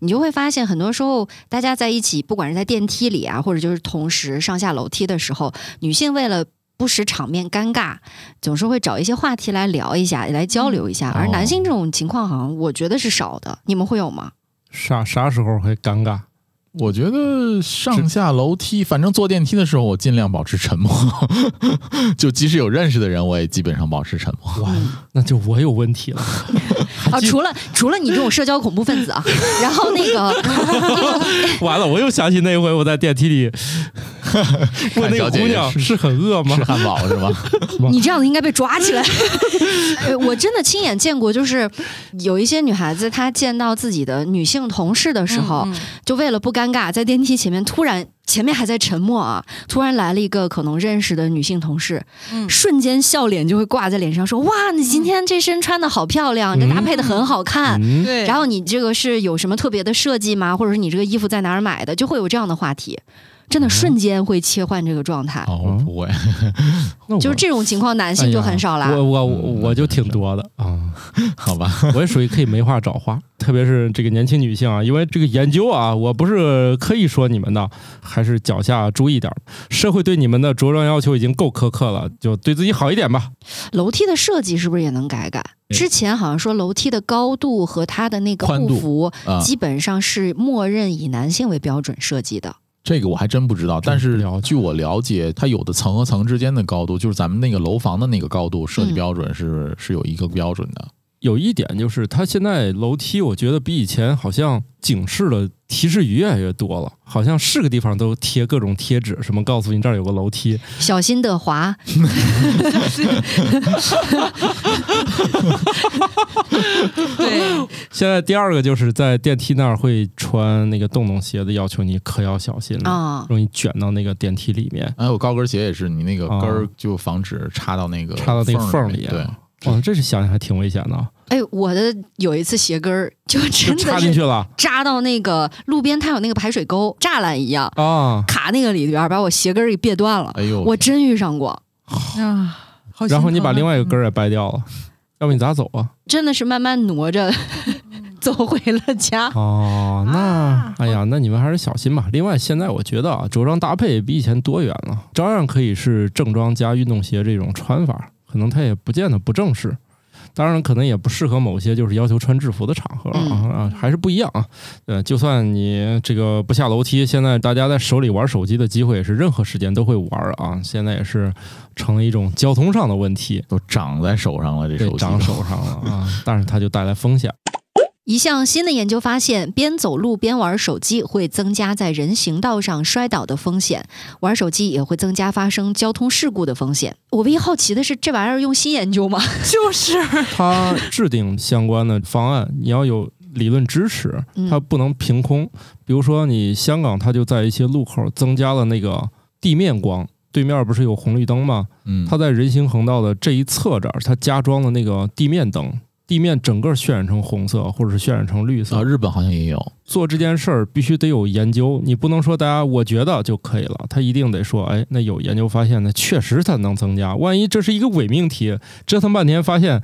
你就会发现很多时候大家在一起，不管是在电梯里啊，或者就是同时上下楼梯的时候，女性为了不使场面尴尬，总是会找一些话题来聊一下，来交流一
嗯
下。而
哦
男性这种情况，好像我觉得是少的，你们会有吗？
啥啥时候会尴尬？
我觉得上下楼梯，反正坐电梯的时候，我尽量保持沉默。 就即使有认识的人，我也基本上保持沉 默。
哇，
嗯
那就我有问 题了。
啊，
记
除了除了你这种社交恐怖分 子啊，然后那个
完了，我又想起那回我在电梯里 问那个
小姐姐
姑娘
是
是很饿吗
吃？汉堡 是吧？
你这样子应该被抓起来。 哎我真的亲眼见过，就是有一些女孩子，她见到自己的女性同事的时候，
嗯嗯
就为了不尴尬，在电梯前面突然。前面还在沉默啊，突然来了一个可能认识的女性同事，
嗯
瞬间笑脸就会挂在脸上，说：“哇，你今天这身穿的好漂亮，你这搭配的很好看。
嗯，
对，
然后你这个是有什么特别的设计吗？或者是你这个衣服在哪儿买的？就会有这样的话题，真的瞬间会切换这个状态。
哦，
嗯
我不会，
那我
就是这种情况，男性就很少啦。
哎呀我我我
嗯
我就挺多的啊。
好吧。
我也属于可以没话找话， 特别是这个年轻女性啊，因为这个研究啊，我不是刻意说你们的，还是脚下注意点儿。社会对你们的着装要求已经够苛刻了，就对自己好一点吧。
楼梯的设计是不是也能改改？
对
之前好像说楼梯的高度和它的那个
宽
步
度
幅，
啊、
基本上是默认以男性为标准设计的。
这个我还真不知道。但
不
是
了解
据我了解，它有的层和层之间的高度，就是咱们那个楼房的那个高度设计
嗯
标准是、是有一个标准的。
有一点就是，它现在楼梯，我觉得比以前好像警示的提示语越来越多了，好像是个地方都贴各种贴纸，什么告诉你这儿有个楼梯，
小心的滑，
对，
现在第二个就是在电梯那儿会穿那个洞洞鞋的，要求你可要小心了，
啊、
容易卷到那个电梯里面。
还有哎高跟鞋也是，你那个跟儿
啊
就防止插到那个
插到那个缝儿里啊
对，
哇，这是想想还挺危险的啊，
哎，我的有一次鞋跟儿就
就
真
插
的
进去
是
了
扎到那个路边，它有那个排水沟，栅栏一样
啊。
卡那个里边儿，把我鞋跟儿给别断了。
哎呦，
我真遇上过，
啊，好心
然后你
疼
把
啊
另外一个根儿也掰掉了，要不你咋走啊？
真的是慢慢挪着
嗯
走回了家。
哦，那
啊
哎呀，那你们还是小心吧。另外，现在我觉得啊，着装搭配比以前多元了，照样可以是正装加运动鞋这种穿法，可能它也不见得不正式。当然，可能也不适合某些就是要求穿制服的场合啊、
嗯
啊，还是不一样啊。呃，就算你这个不下楼梯，现在大家在手里玩手机的机会也是任何时间都会玩啊。现在也是成了一种交通上的问题，
都长在手上了，这
对
手，机
长手上了啊，但是它就带来风险。
一项新的研究发现，边走路边玩手机会增加在人行道上摔倒的风险，玩手机也会增加发生交通事故的风险。我唯一好奇的是，这玩意儿用心研究吗？
就是
他制定相关的方案，你要有理论支持，
嗯
它不能凭空。比如说，你香港，它就在一些路口增加了那个地面光，对面不是有红绿灯吗？
嗯，
它在人行横道的这一侧这儿，它加装了那个地面灯。地面整个渲染成红色或者是渲染成绿色
啊，。日本好像也有，
做这件事儿必须得有研究，你不能说大家我觉得就可以了，他一定得说，哎，那有研究发现，那确实它能增加。万一这是一个伪命题，折腾半天发现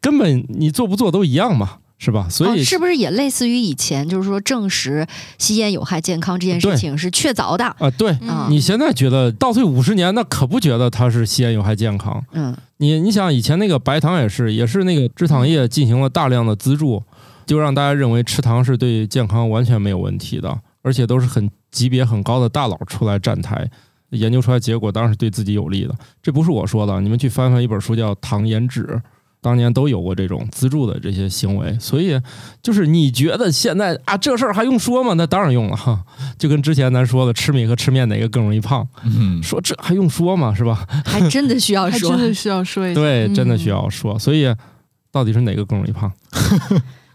根本你做不做都一样嘛，是吧？所以、
哦、是不是也类似于以前就是说证实吸烟有害健康这件事
对
情是确凿的？
啊，对
嗯
你现在觉得倒退五十年，那可不觉得它是吸烟有害健康。
嗯，
你你想以前那个白糖也是，也是那个制糖业进行了大量的资助，就让大家认为吃糖是对健康完全没有问题的，而且都是很级别很高的大佬出来站台。研究出来结果当然是对自己有利的，这不是我说的，你们去翻翻一本书叫《糖颜脂》，当年都有过这种资助的这些行为，所以就是你觉得现在啊这事儿还用说吗？那当然用了哈，就跟之前咱说的吃米和吃面哪个更容易胖，
嗯，
说这还用说吗？是吧？
还真的需要
还
说
真，的需要说一下，
对，真的需
嗯
要说。所以到底是哪个更容易胖？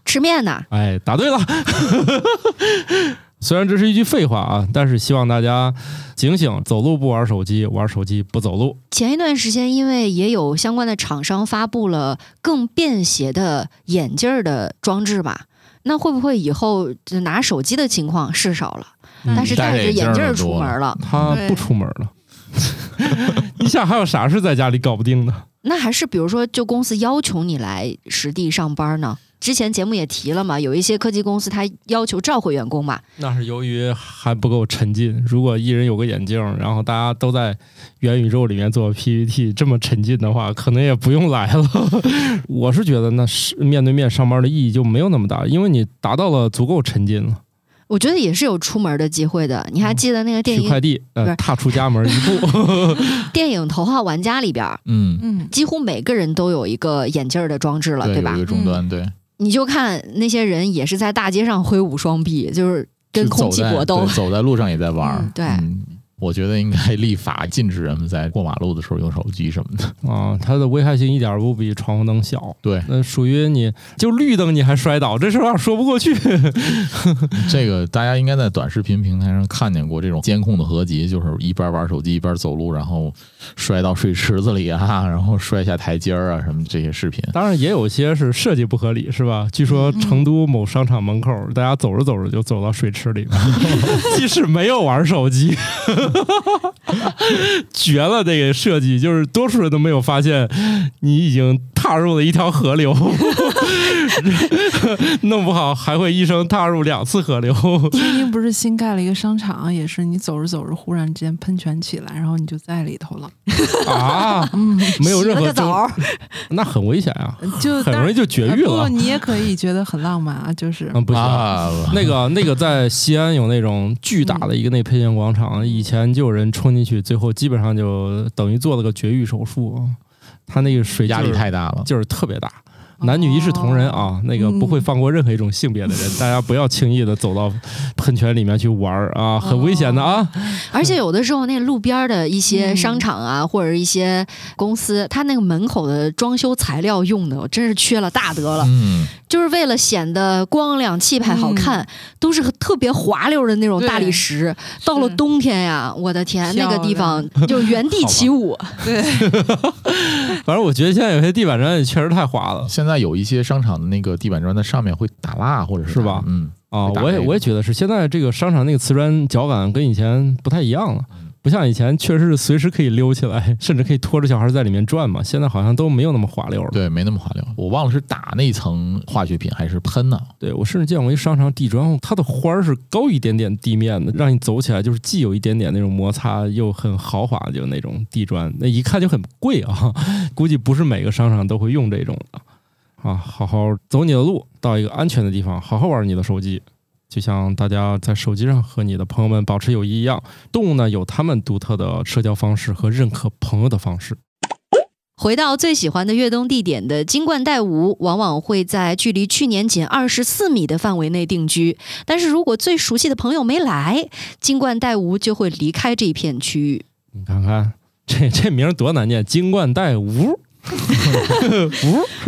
吃面呢，
哎，答对了。 虽然这是一句废话啊，但是希望大家警醒，走路不玩手机，玩手机不走路。
前一段时间，因为也有相关的厂商发布了更便携的眼镜儿的装置吧，那会不会以后就拿手机的情况是少了，
嗯
但是戴着眼镜儿出门了，
他不出门了。 你想还有啥事在家里搞不定的？
那还是比如说，就公司要求你来实地上班呢？之前节目也提了嘛，有一些科技公司它要求召回员工嘛，
那是由于还不够沉浸。如果一人有个眼镜，然后大家都在元宇宙里面做 PPT，这么沉浸的话，可能也不用来了。 我是觉得那是面对面上班的意义就没有那么大，因为你达到了足够沉浸了。
我觉得也是有出门的机会的。你还记得那个电
取
影
快递，
不
呃，
是
踏出家门一 步，
《电影头号玩家》里边儿，
嗯，
嗯，
几乎每个人都有一个眼镜儿的装置了，
对，
对吧嗯
有一？个终端，对，
你就看那些人也是在大街上挥舞双臂，就是跟
就走
空气
在
搏斗
对。走在路上也在玩儿
嗯，
对
嗯我觉得应该立法禁止人们在过马路的时候用手机什么的。
啊，它的危害性一点儿不比闯红灯小。
对，
那属于你就绿灯你还摔倒，这事儿有点说不过去。
这个大家应该在短视频平台上看见过这种监控的合集，就是一边玩手机一边走路，然后摔到水池子里啊， 然后摔下台阶儿啊什么这些视频。
当然也有些是设计不合理，是吧？据说成都某商场门口，大家走着走着就走到水池里了，即使没有玩手机， 绝了！这个设计就是多数人都没有发现，你已经踏入了一条河流， 弄不好还会一生踏入两次河流。
天津不是新盖了一个商场，也是你走着走着，忽然之间喷泉起来，然后你就在里头了，
啊，
嗯
没有任何征， 那很危险啊，
就
很
但
容易就绝育
不过
了。
你也可以觉得很浪漫啊，就是
嗯，不行。
啊，
那个那个，在西安有那种巨大的一个内配件广
嗯
场，以前就有人冲进去，最后基本上就等于做了个绝育手术。他那个水
压力
劲儿
太大哦嗯了。
劲儿特别大，男女一视同仁啊，那个不会放过任何一种性别的人， 大家不要轻易的走到喷泉里面去玩儿啊，很危险的啊。
哦
而且有的时候那路边儿的一些
嗯
商场啊，或者一些公司，它那个门口的装修材料用的，我真是缺了大德了，
嗯，
就是为了显得光亮气派
嗯
好看，都是特别滑溜的那种大理石。到了
是
冬天呀，我的天，
漂
那个
亮
地方就原 地起舞。
对，
反正我觉得现在有些地板砖也确实太滑了
现在有一些商场的那个地板砖在上面会打蜡，或者
是吧
嗯，
啊！
打
我也
那个
我也觉得是，现在这个商场那个瓷砖脚感跟以前不太一样了。不像以前，确实是随时可以溜起来，甚至可以拖着小孩在里面转嘛。现在好像都没有那么滑溜了。
对，没那么滑溜。我忘了是打那层化学品还是喷呢、
对我甚至见过一商场地砖，它的花儿是高一点点地面的，让你走起来就是既有一点点那种摩擦，又很豪华，就那种地砖，那一看就很贵啊， 估计不是每个商场都会用这种的啊。好好走你的路，到一个安全的地方，好好玩你的手机。就像大家在手机上和你的朋友们保持友谊一样，动物呢有它们独特的社交方式和认可朋友的方式。
回到最喜欢的越冬地点的金冠带吴，往往会在距离去年仅二十四米的范围内定居。但是如果最熟悉的朋友没来，金冠带吴就会离开这片区域。
你看看这这名儿多难念，金冠带 吴。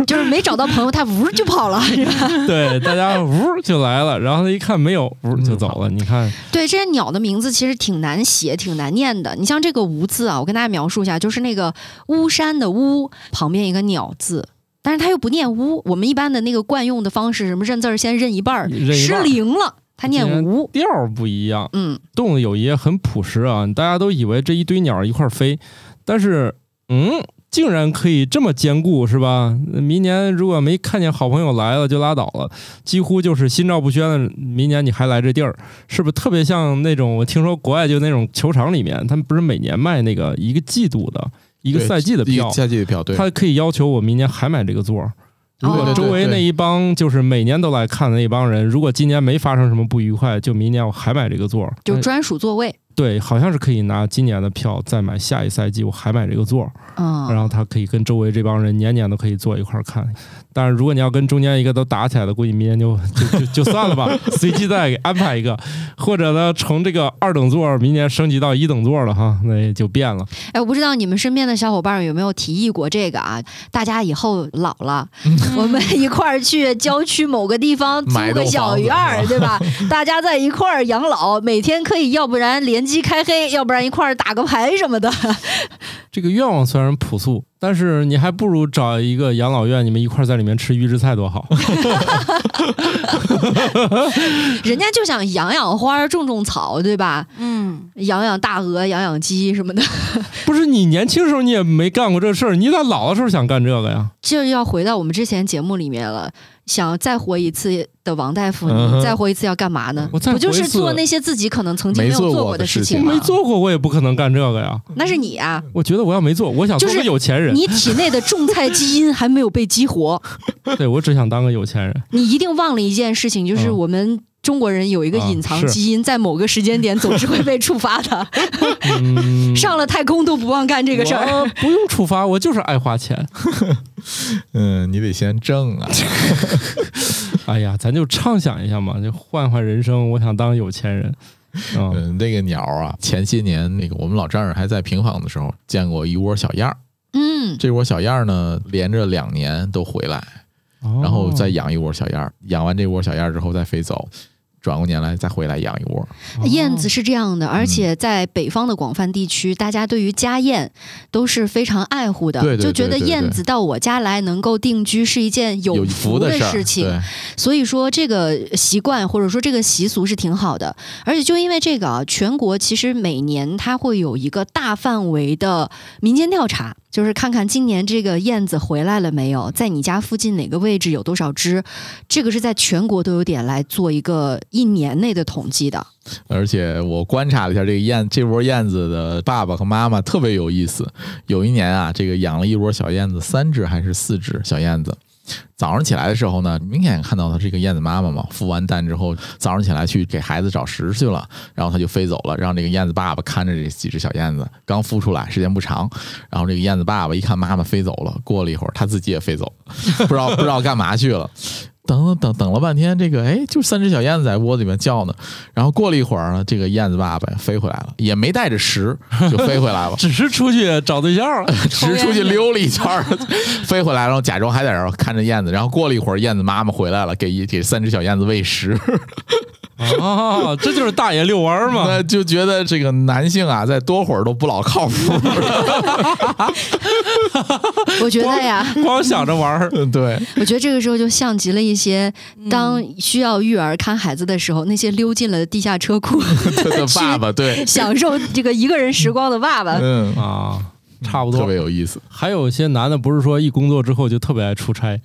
就是没找到朋友，他呜就跑了。是吧
对，大家呜就来了，然后他一看没有，呜就走了。你看，
对，这些鸟的名字其实挺难写、挺难念的。你像这个“吴”字啊，我跟大家描述一下，就是那个巫山的“巫”旁边一个鸟字，但是他又不念乌。我们一般的那个惯用的方式，什么认字儿先认一半儿，
认一半
失
儿
灵了，他念乌。
调儿不一样。
嗯，
动物友谊很朴实啊，大家都以为这一堆鸟儿一块儿飞，但是嗯，竟然可以这么兼顾，是吧？明年如果没看见好朋友来了，就拉倒了，几乎就是心照不宣的。明年你还来这地儿，是不是特别像那种我听说国外就那种球场里面，他们不是每年卖那个一个季度的一
一
个赛季的票，
赛季的票，对，
他可以要求我明年还买这个座儿。如
哦
果周围那一帮就是每年都来看的那帮人，如果今年没发生什么不愉快，就明年我还买这个座儿，
就
哎
嗯
专属座位。
对，好像是可以拿今年的票再买下一赛季，我还买这个座儿，
嗯，
然后他可以跟周围这帮人年年都可以坐一块儿看。但是如果你要跟中间一个都打起来了，估计明年就就就就算了吧，随机再给安排一个，或者呢从这个二等座儿明年升级到一等座儿了哈，那也就变了。
哎，我不知道你们身边的小伙伴有没有提议过这个啊？大家以后老了， 我们一块儿去郊区某个地方租
嗯买
个
栋
小
房子
院儿，对吧？大家在一块儿养老，每天可以要不然联机开黑，要不然一块儿打个牌什么的。
这个愿望虽然朴素，但是你还不如找一个养老院，你们一块儿在里面吃预制菜多好。
人家就想养养花儿、种种草，对吧？
嗯，
养养大鹅、养养鸡什么的，
不是你年轻时候你也没干过这事儿，你咋老的时候想干这个呀？
这要回到我们之前节目里面了。想再活一次的王大夫，
嗯哼
你再活一次要干嘛呢？
我再
不就
活一
是
次
做那些自己可能曾经
没
没有
做过
过
的
事
事情
吗
没？做过，我也不可能干这个呀。
那是你啊。
我觉得我要没做，我想
就
做
是
个有钱人。
你体内的种菜基因还没有被激活，
对我只想当个有钱 人。
你一定忘了一件事情，就是
嗯
我们中国人有一个
啊
隐藏
是
基因，在某个时间点总是会被触发的。
嗯，
上了太空都不忘干这个事儿。
我不用处罚，我就是爱花 钱。
嗯，你得先挣 啊，
哎呀，咱就畅想一下嘛，就换换人生。我想当有钱人。嗯，
嗯，那个鸟啊，前些年那个我们老丈人还在平房的时候见过一窝小样儿，
嗯，
这窝小样儿呢连着两年都回来，
嗯
然
哦
后再养一窝小样儿，养完这窝小样儿之后再飞走，转过年来再回来养一窝，
哦。
燕子是这样
嗯
的，而且在北方的广泛地区，大家对于家燕都是非常爱护的，
对对
就觉得
对对对
燕子到我家来能够定居是一件 有
有福
福
的事儿，
事情。
对，
所以说这个习惯或者说这个习俗是挺好的，而且就因为这个啊，全国其实每年它会有一个大范围的民间调查，就是看看今年这个燕子回来了没有，在你家附近哪个位置有多少只，这个是在全国都有点来做一个一年内的统计的。
而且我观察了一下这个燕，这窝燕子的爸爸和妈妈特别有意思。有一年啊，这个养了一窝小燕子，三只还是四只小燕子。早上起来的时候呢，明显看到它是一个燕子妈妈嘛，孵完蛋之后，早上起来去给孩子找食去了，然后它就飞走了，让这个燕子爸爸看着这几只小燕子。刚孵出来时间不长，然后这个燕子爸爸一看妈妈飞走了，过了一会儿它自己也飞走了，不知道不知道干嘛去了。等等等等了半天，这个哎，就三只小燕子在窝里面叫呢。然后过了一会儿呢，这个燕子爸爸飞回来了，也没带着食，就飞回来了
只是出去找对象 了。
只是出去溜了一圈儿，飞回来，然后假装还在这儿看着燕子。然后过了一会儿，燕子妈妈回来了，给一给三只小燕子喂食。
啊，这就是大爷遛弯儿 嘛。
那就觉得这个男性啊，在多会儿都不老靠谱。
我觉得呀，
光想着玩儿，
对，
我觉得这个时候就像极了一些当需要育儿看孩子的时候，那些溜进了地下车库
他的爸爸对，
享受这个一个人时光的爸爸。
嗯，
啊，差不多
特别有意思。
还有些男的不是说一工作之后就特别爱出差，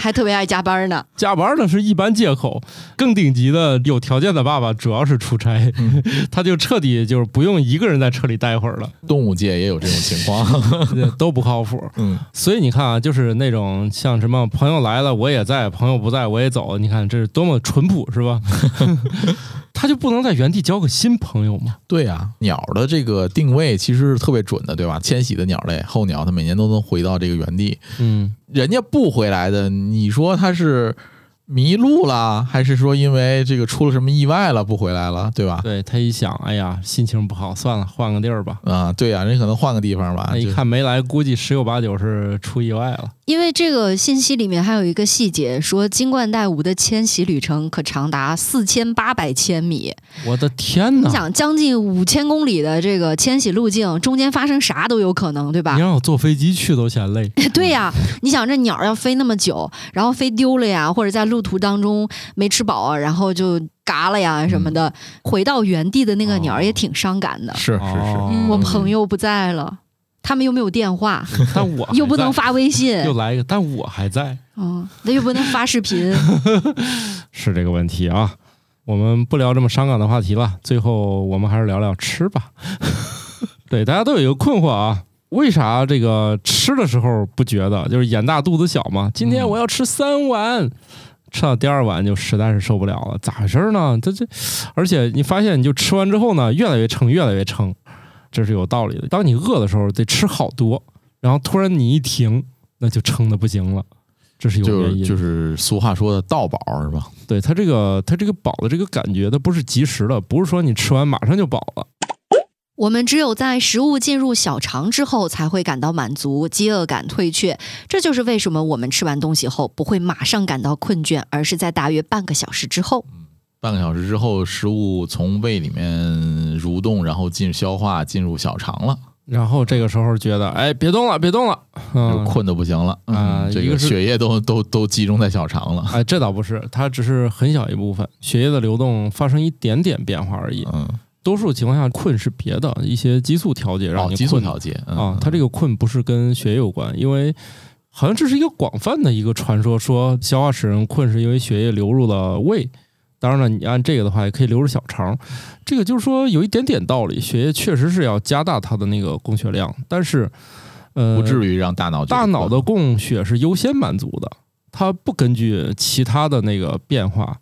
还特别爱加班呢。
加班的是一般借口，更顶级的有条件的爸爸主要是出差，
嗯
他就彻底就是不用一个人在车里待会儿了，
动物界也有这种情况。
这 都不靠谱。
嗯，
所以你看啊，就是那种像什么朋友来了我也在，朋友不在我也走，你看这是多么淳朴，是 吧？他就不能在原地交个新朋友吗？
对啊，鸟的这个定位其实是特别准的，对吧？迁徙的鸟类，候鸟它每年都能回到这个原地。
嗯，
人家不回来的，你说他是迷路了，还是说因为这个出了什么意外了不回来了，对吧？
嗯对他一想，哎呀，心情不好，算了，换个地儿吧。
啊、对呀、人可能换个地方吧
那。一
就
看没来，估计十有八九是出意外了。
因为这个信息里面还有一个细节，说金冠带五的迁徙旅程可长达四千八百千米。
我的天
你
哪！
想，将近五千公里的这个迁徙路径，中间发生啥都有可能，对吧
你？让我坐飞机去都嫌累，
对呀、
嗯
你想这鸟儿要飞那么久，然后飞丢了呀，或者在路途当中没吃饱啊，然后就嘎了呀什么
嗯
的，回到原地的那个鸟儿也挺伤感的。
是是是，
哦
嗯
我朋友不在了，他们又没有电话，
但我还
又不
在
能发微信，
又来一个，但我还在，
嗯，那又不能发视频。
是这个问题啊。我们不聊这么伤感的话题了，最后我们还是聊聊吃吧。 对，大家都有一个困惑啊，为啥这个吃的时候不觉得就是眼大肚子小嘛？今天我要吃三碗，吃到第二碗就实在是受不了了，咋回事呢？这这，而且你发现你就吃完之后呢，越来越撑，越来越撑，这是有道理的。当你饿的时候得吃好多，然后突然你一停，那就撑的不行了，这是有
就
原因
是
的。
就是俗话说的“到饱”是吧？
对它这个它这个饱的这个感觉，它不是及时的，不是说你吃完马上就饱了。
我们只有在食物进入小肠之后，才会感到满足，饥饿感退却。这就是为什么我们吃完东西后不会马上感到困倦，而是在大约半个小时之后。
半个小时之后，食物从胃里面蠕动，然后进消化，进入小肠了，
然后这个时候觉得，哎，别动了，别动了，
就
嗯。
困得不行了。
啊
嗯，这
一个
个
是
血液都都都集中在小肠了。
哎，这倒不是，它只是很小一部分血液的流动发生一点点变化而已。
嗯，
多数情况下，困是别的一些激素调节让
哦
你，
激素
困
调节
啊，它这个困不是跟血液有关，因为好像这是一个广泛的一个传说，说消化使人困是因为血液流入了胃。当然了，你按这个的话，也可以流入小肠。这个就是说有一点点道理，血液确实是要加大它的那个供血量，但是呃，
不至于让大脑
大脑的
的
供血是优先满足的，它不根据其他的那个变化，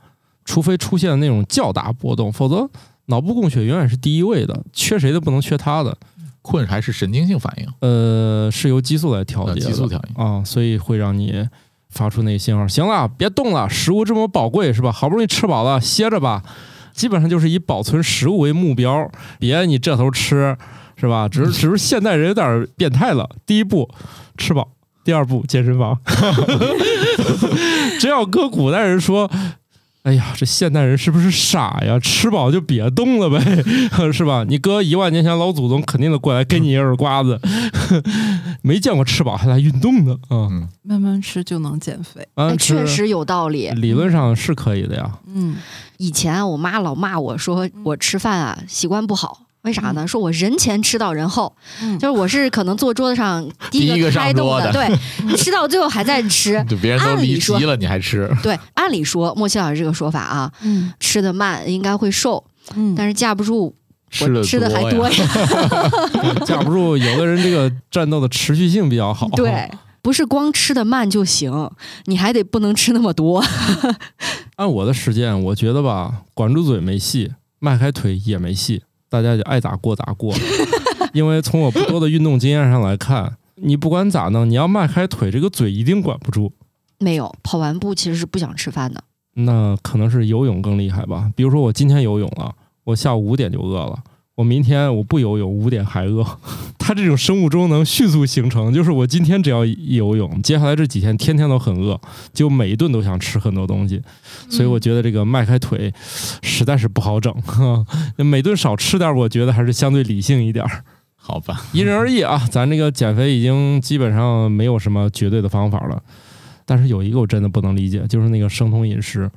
除非出现那种较大波动，否则脑部供血永远是第一位的，缺谁都不能缺它的。
困还是神经性反应，
呃，是由激素来调
呃
节的，
激素调节。
啊，所以会让你发出那个信号，行了，别动了，食物这么宝贵是吧？好不容易吃饱了，歇着吧。基本上就是以保存食物为目标，别你这头吃是吧？只 是只是现代人有点变态了。第一步吃饱，第二步健身房。 只要搁古代人说。哎呀，这现代人是不是傻呀？吃饱就别动了呗， 是吧？你搁一万年前老祖宗肯定得过来给你一耳刮子，没见过吃饱还来运动的啊！
嗯，
慢慢吃就能减肥。
哎
嗯，
确
吃
实有道理。
理论上是可以的呀。
嗯，
以前啊我妈老骂我说我吃饭啊习惯不好，为啥呢？说我人前吃到人后，
嗯
就是我是可能坐桌子上第
第一个上
开动
桌的
对，吃到最后还在吃。
就别人都
按
离
理说
席了，你还吃？
对，按理说莫西老师这个说法啊，
嗯
吃的慢应该会瘦，
嗯，
但是架不住
吃
我
的
吃的还
多
多
呀，
呀。嗯
架不住有的人这个战斗的持续性比较好。
对，不是光吃的慢就行，你还得不能吃那么多。
按我的实践，我觉得吧，管住嘴没戏，迈开腿也没戏，大家就爱咋过咋 过。因为从我不多的运动经验上来看，你不管咋弄，你要迈开腿，这个嘴一定管不住。
没有，跑完步其实是不想吃饭的。
那可能是游泳更厉害吧。比如说我今天游泳了，我下午五点就饿了。我明天我不游泳，五点还饿。 它这种生物钟能迅速形成，就是我今天只要一游泳，接下来这几天天天都很饿，就每一顿都想吃很多东西。所以我觉得这个迈开腿实在是不好整， 呵每顿少吃点儿，我觉得还是相对理性一点儿。
好吧？
因人而异啊，咱这个减肥已经基本上没有什么绝对的方法了。但是有一个我真的不能理解，就是那个生酮饮食，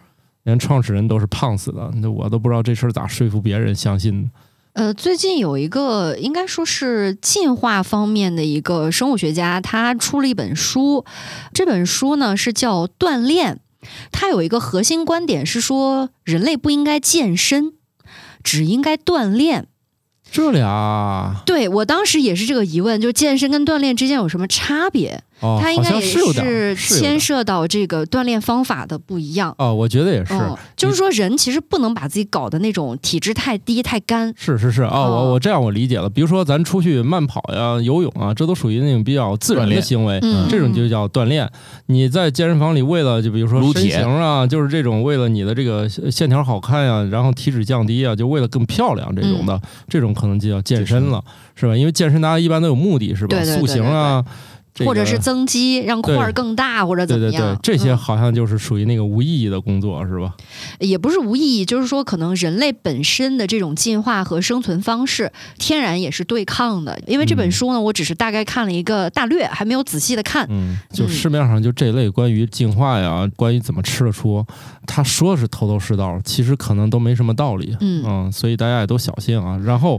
连创始人都是胖死的，那我都不知道这事儿咋说服别人相信。
呃，最近有一个应该说是进化方面的一个生物学家，他出了一本书，这本书呢是叫《锻炼》，他有一个核心观点是说，人类不应该健身，只应该锻炼。
这俩
对我当时也是这个疑问，就是健身跟锻炼之间有什么差别？
哦，
它应
好
该
像
也
是有点儿是有点
牵
儿
涉到这个锻炼方法的不一样。
哦，我觉得也是，
嗯，就是
你
说人其实不能把自己搞的那种体质太低太干。
是是是啊，
哦
我我这样我理解了。比如说咱出去慢跑呀、游泳啊，这都属于那种比较自然
锻
的
炼
行为。
嗯，
这种就叫锻炼。你在健身房里为了就比如说
撸
身
铁
形啊，就是这种为了你的这个线条好看呀、然后体脂降低啊，就为了更漂亮这种
嗯
的，这种可能就叫健身了，是吧？因为健身大家一般都有目的，是吧？
对对对
塑形啊。这个
或者是增肌，让块儿
对
更大，或者怎
对
么
对对
样，？
这些
嗯
好像就是属于那个无意义的工作，是吧？
也不是无意义，就是说可能人类本身的这种进化和生存方式，天然也是对抗的。因为这本
嗯
书呢，我只是大概看了一个大略，还没有仔细的看。
嗯，就
嗯
市面上就这类关于进化呀，关于怎么吃得出，他说是头头是道，其实可能都没什么道理。
嗯
所以大家也都小心啊。然后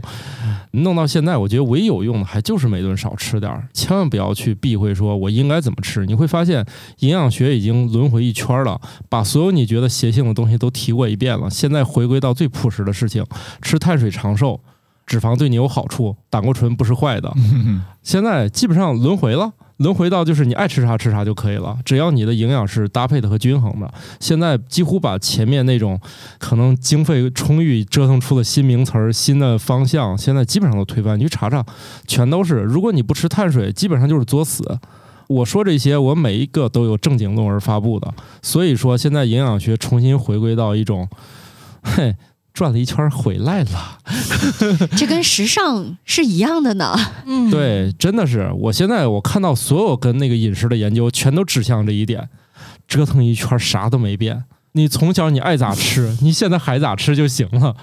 弄到现在，我觉得唯一有用的还就是每顿少吃点儿，千万不要去避讳说我应该怎么吃。你会发现营养学已经轮回一圈儿了，把所有你觉得邪性的东西都提过一遍了。现在回归到最朴实的事情，吃碳水长寿，脂肪对你有好处，胆固醇不是坏的。现在基本上轮回了。轮回到就是你爱吃啥吃啥就可以了，只要你的营养是搭配的和均衡的。现在几乎把前面那种可能经费充裕折腾出的新名词儿、新的方向，现在基本上都推翻。你去查查，全都是。如果你不吃碳水，基本上就是作死。我说这些，我每一个都有正经论文发布的。所以说，现在营养学重新回归到一种，嘿，转了一圈儿回来了。
这跟时尚是一样的 呢。
嗯，
对，真的是，我现在我看到所有跟那个饮食的研究，全都指向这一点，折腾一圈儿啥都没变。你从小你爱咋吃， 你现在还咋吃就行了。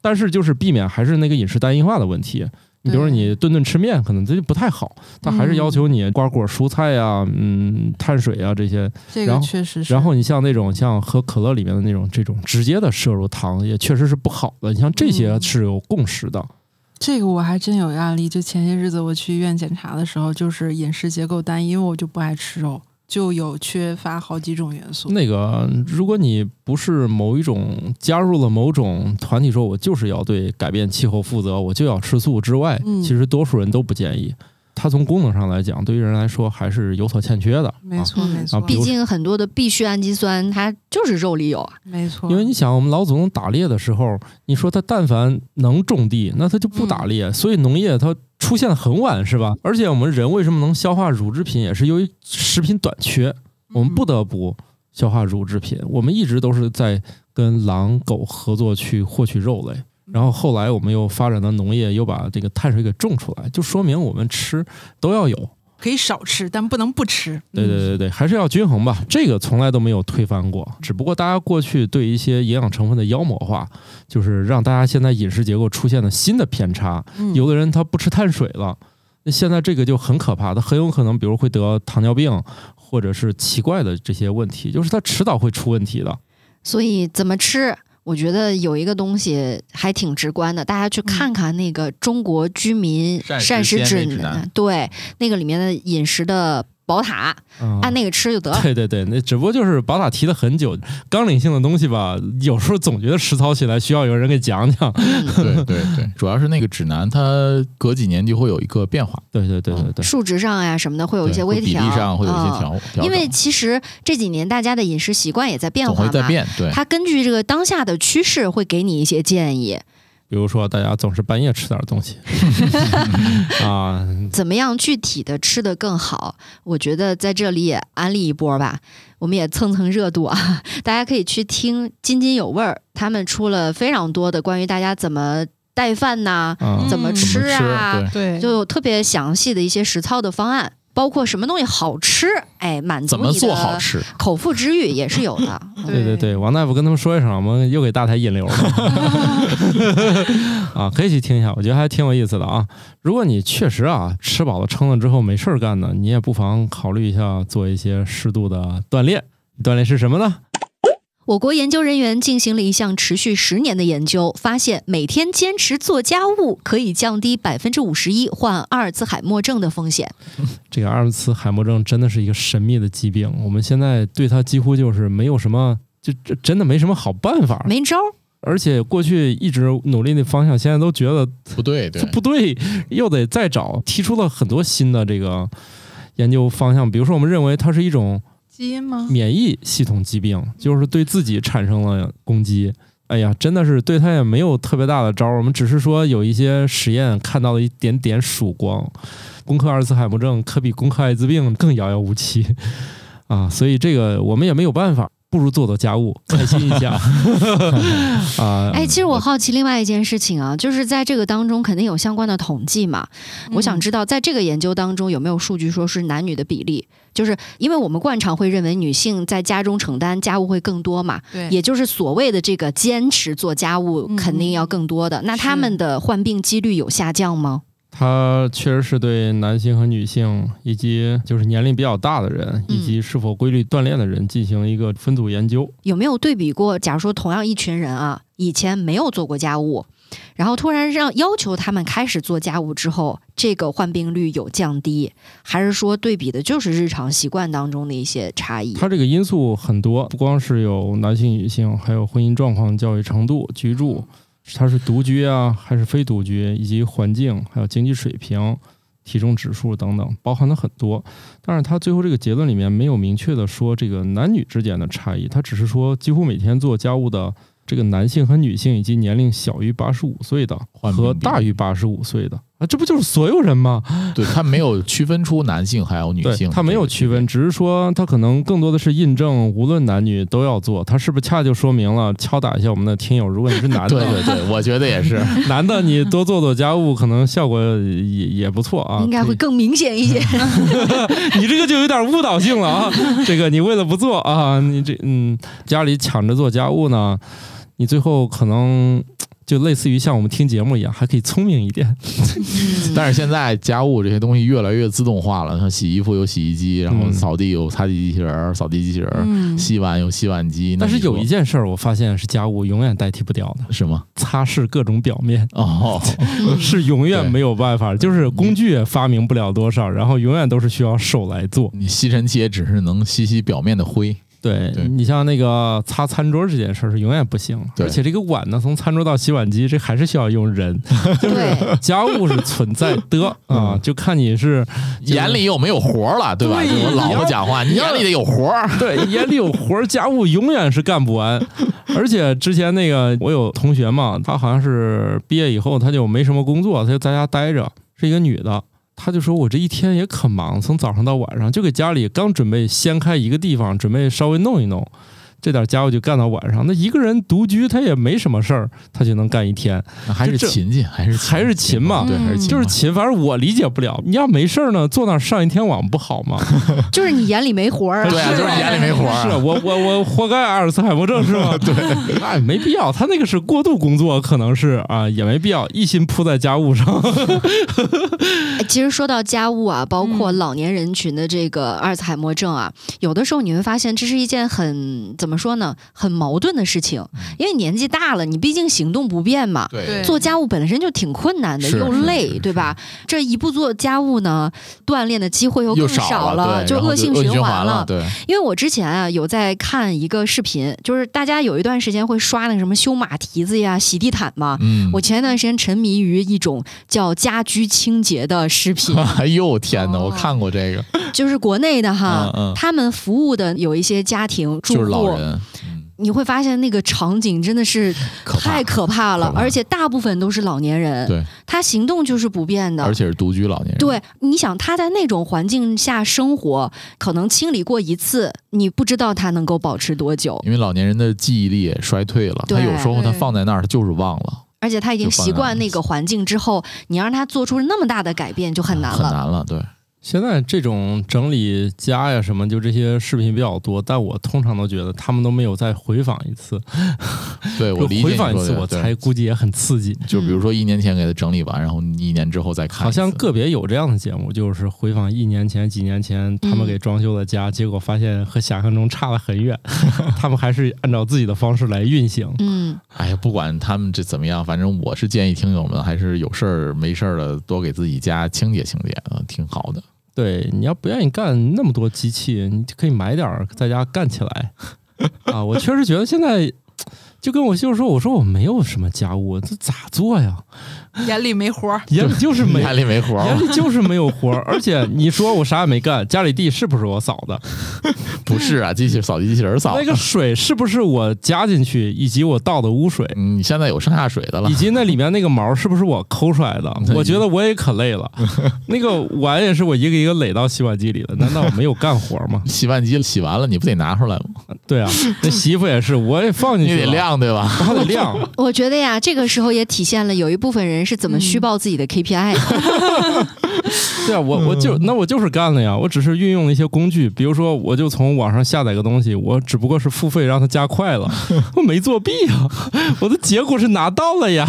但是就是避免还是那个饮食单一化的问题。你比如说
对
你顿顿吃面，可能这就不太好，他还是要求你瓜果蔬菜啊，嗯，碳水啊这些。
这
然
个
后
确实是。
然后你像那种像喝可乐里面的那种这种直接的摄入糖，也确实是不好的。你像这些
嗯
是有共识的，
这个我还真有案例，就前些日子我去医院检查的时候，就是饮食结构单一，因为我就不爱吃肉，就有缺乏好几种元素。
那个，如果你不是某一种加入了某种团体，说我就是要对改变气候负责，我就要吃素之外，
嗯
其实多数人都不建议。它从功能上来讲，对于人来说还是有所欠缺的。
没错，
嗯
没错，
啊比
毕
如
竟很多的必需氨基酸，它就是肉里有啊。
没错，
因为你想，我们老祖宗打猎的时候，你说他但凡能种地，那他就不打猎，所以农业它出现的很晚，是吧？而且我们人为什么能消化乳制品，也是由于食品短缺，我们不得不消化乳制品。我们一直都是在跟狼狗合作去获取肉类。然后后来我们又发展到农业，又把这个碳水给种出来，就说明我们吃都要有，
可以少吃，但不能不
嗯
吃。
对对对对，还是要均衡吧，这个从来都没有推翻过。只不过大家过去对一些营养成分的妖魔化，就是让大家现在饮食结构出现了新的偏差。
嗯，
有的人他不吃碳水了，那现在这个就很可怕，他很有可能比如会得糖尿病，或者是奇怪的这些问题，就是他迟早会出问题的。
所以怎么吃？我觉得有一个东西还挺直观的，大家去看看那个《中国居民
嗯膳食
膳食
纤维
指
指南
南》，对，那个里面的饮食的宝塔，
嗯
按那个吃就得了。
对对对，那只不过就是宝塔提了很久，纲领性的东西吧，有时候总觉得实操起来需要有人给讲讲。
嗯
对对 对，主要是那个指南，它隔几年就会有一个变化，
对对对对对，
数值上呀、什么的会有一些
对
微调，
比例上会有一些
嗯
调调整，
因为其实这几年大家的饮食习惯也在变
总
化
会
嘛，
在变，对，
它根据这个当下的趋势会给你一些建议，
比如说，大家总是半夜吃点东西啊，
怎么样具体的吃得更好？我觉得在这里也安利一波吧，我们也蹭蹭热度啊！ 大家可以去听津津有味儿，他们出了非常多的关于大家怎么带饭呐、
啊
嗯
怎么吃啊，
对
对，
就有特别详细的一些实操的方案，包括什么东西好吃，哎，满足
怎么
你
做好
的
吃，
口腹之欲也是有的。
对对对，王大夫跟他们说一声，我们又给大台引流了啊，可以去听一下，我觉得还挺有意思的啊。如果你确实啊吃饱了撑了之后没事儿干呢，你也不妨考虑一下做一些适度的锻炼。锻炼是什么呢？
我国研究人员进行了一项持续十年的研究，发现每天坚持做家务可以降低百分之五十一患阿尔兹海默症的风险。
这个阿尔茨海默症真的是一个神秘的疾病，我们现在对它几乎就是没有什么，就这真的没什么好办法。
没招儿，
而且过去一直努力的方向，现在都觉得
不对对
这，不对，又得再找，提出了很多新的这个研究方向。比如说，我们认为它是一种
基因吗？
免疫系统疾病，就是对自己产生了攻击。哎呀，真的是对它也没有特别大的招儿，我们只是说有一些实验看到了一点点曙光。攻克阿尔茨海默症可比攻克艾滋病更遥遥无期啊！所以这个我们也没有办法。不如做做家务，开心一下 啊。
哎，其实我好奇另外一件事情啊，就是在这个当中肯定有相关的统计嘛。我
嗯
想知道，在这个研究当中有没有数据说是男女的比例？就是因为我们惯常会认为女性在家中承担家务会更多嘛，
对，
也就是所谓的这个坚持做家务
嗯
肯定要更多的。那他们的患病几率有下降吗？
它确实是对男性和女性，以及就是年龄比较大的人，以及是否规律锻炼的人进行一个分组研究。
有没有对比过？假如说同样一群人啊，以前没有做过家务，然后突然让要求他们开始做家务之后，这个患病率有降低，还是说对比的就是日常习惯当中的一些差异？
它这个因素很多，不光是有男性、女性，还有婚姻状况、教育程度、居住，它是独居啊还是非独居，以及环境，还有经济水平、体重指数等等，包含的很多。但是它最后这个结论里面没有明确的说这个男女之间的差异，它只是说几乎每天做家务的。这个男性和女性以及年龄小于八十五岁的
患病
和
比
大于八十五岁的啊，这不就是所有人吗？
对他没有区分出男性还有女
对，
性，
它没有区分，只是说它可能更多的是印证，无论男女都要做。它是不是恰恰就说明了？敲打一下我们的听友，如果你是男
对。
的，
对对对，我觉得也 是。
男的你多做做家务，可能效果也也不错啊。
应该会更明显一些。
可以，你这个就有点误导性了 啊。这个你为了不做啊，你这嗯，家里抢着做家务呢，你最后可能就类似于像我们听节目一样，还可以聪明一点。
但 是现在家务这些东西越来越自动化了，像洗衣服有洗衣机，然后
嗯
扫地有擦地机器人儿、扫地机器人儿，
嗯，
洗碗有洗碗机。那
但是
你说
有一件事儿，我发现是家务永远代替不掉的，
什么？
擦拭各种表面。
哦，
是永远没有办法，就是工具也发明不了多少，然后永远都是需要手来做。
你吸尘器也只是能吸吸表面的灰。
对
对
你像那个擦餐桌这件事儿是永远不行，
对
而且这个碗呢，从餐桌到洗碗机，这还是需要用 人。
对，
家务是存在的
嗯
啊，就看你是就是
眼里有没有活儿了，对吧？
对
我老婆讲话，你眼里得有活儿。
对，眼里有活儿，家务永远是干不完。而且之前那个我有同学嘛，她好像是毕业以后她就没什么工作，她就在家待着，是一个女的。她就说：“我这一天也可忙，从早上到晚上，就给家里刚准备掀开一个地方，准备稍微弄一弄，这点家务就干到晚上。那一个人独居，她也没什么事儿，她就能干一天。
还是
这
勤勤，还是
还是勤嘛
对，还是
嗯
勤
就
嘛
是勤，反正我理解不了。你要没事儿呢，坐那儿上一天网不好吗？
就是你眼里没活儿啊。
对啊，就是眼里没活儿。
是啊我我我活该阿尔茨海默症是吗？ 对，那没必要，他那个是过度工作，可能是啊，也没必要一心扑在家务上。
哎其实说到家务啊，包括
嗯
老年人群的这个阿尔茨海默症啊，有的时候你会发现这是一件很怎么说呢，很矛盾的事情，因为年纪大了，你毕竟行动不便嘛。
对
做家务本身就挺困难的，
是
又
是
累
是，
对吧？这一不做家务呢，锻炼的机会又
又
更少
了，对
就
然后
恶性
循
环
了。 对，
因为我之前啊有在看一个视频，就是大家有一段时间会刷那个什么修马蹄子呀、洗地毯嘛。
嗯，
我前一段时间沉迷于一种叫家居清洁的视频，
哎呦天哪，
哦
我看过这个，
就是国内的哈，
嗯嗯
他们服务的有一些家庭住户，
就是老人，嗯
你会发现那个场景真的是
可怕
太可怕了，
可怕
而且大部分都是老年人，
对，
他行动就是不便的
而。且是独居老年人。
对，你想他在那种环境下生活，可能清理过一次，你不知道他能够保持多久，
因为老年人的记忆力也衰退了，他
对
有时候他
对
放在那儿，他就是忘了，
而且他已经
就放
习
在
惯
那儿
那个环境之后，你让他做出那么大的改变就很难
很
了。
难了。对，
现在这种整理家呀什么，就这些视频比较多，但我通常都觉得他们都没有再回访一次，
对我
就
理解
回
你
访一
说
次，
的，
我
对
才估计也很刺激。
就比如说一年前给他整理完，然后一年之后再看一次，
好像个别有这样的节目，就是回访一年前、几年前他们给装修的家，结果发现和想象中差了很远， 他们还是按照自己的方式来运行。
嗯，
哎呀，不管他们这怎么样，反正我是建议听友们还是有事儿没事儿的多给自己家清洁清洁啊，挺好的。
对，你要不愿意干那么多 机器，你就可以买点儿在家干起来啊！我确实觉得现在就跟我媳妇说，我说我没有什么家务，这咋做呀？
眼里没活儿，
眼里就是 没
家里没活
眼
儿，
里就是没有活儿，而且你说我啥也没干，家里地是不是我扫 的？
不是啊，机器扫地机器人扫
那
的。
个水是不是我加进去，以及我倒的污水，
嗯你现在有上下水的了？
以，及那里面那个毛是不是我抠出来的？我觉得我也可累了，那个碗也是我一个一个垒到洗碗机里的，难道我没有干活吗
洗碗机洗完了你不得拿出来吗？
对啊，那洗衣服也是，我也放进
你
去
得
了，
晾对吧？
我还得晾。
我觉得呀，这个时候也体现了有一部分人是怎么
嗯
虚报自己 的 KPI 的。
对啊，我
嗯
我就那我就是干了呀，我只是运用了一些工具，比如说我就从网上下载个东西，我只不过是付费让它加快 了，我没作弊啊， 我的结果是拿到了呀。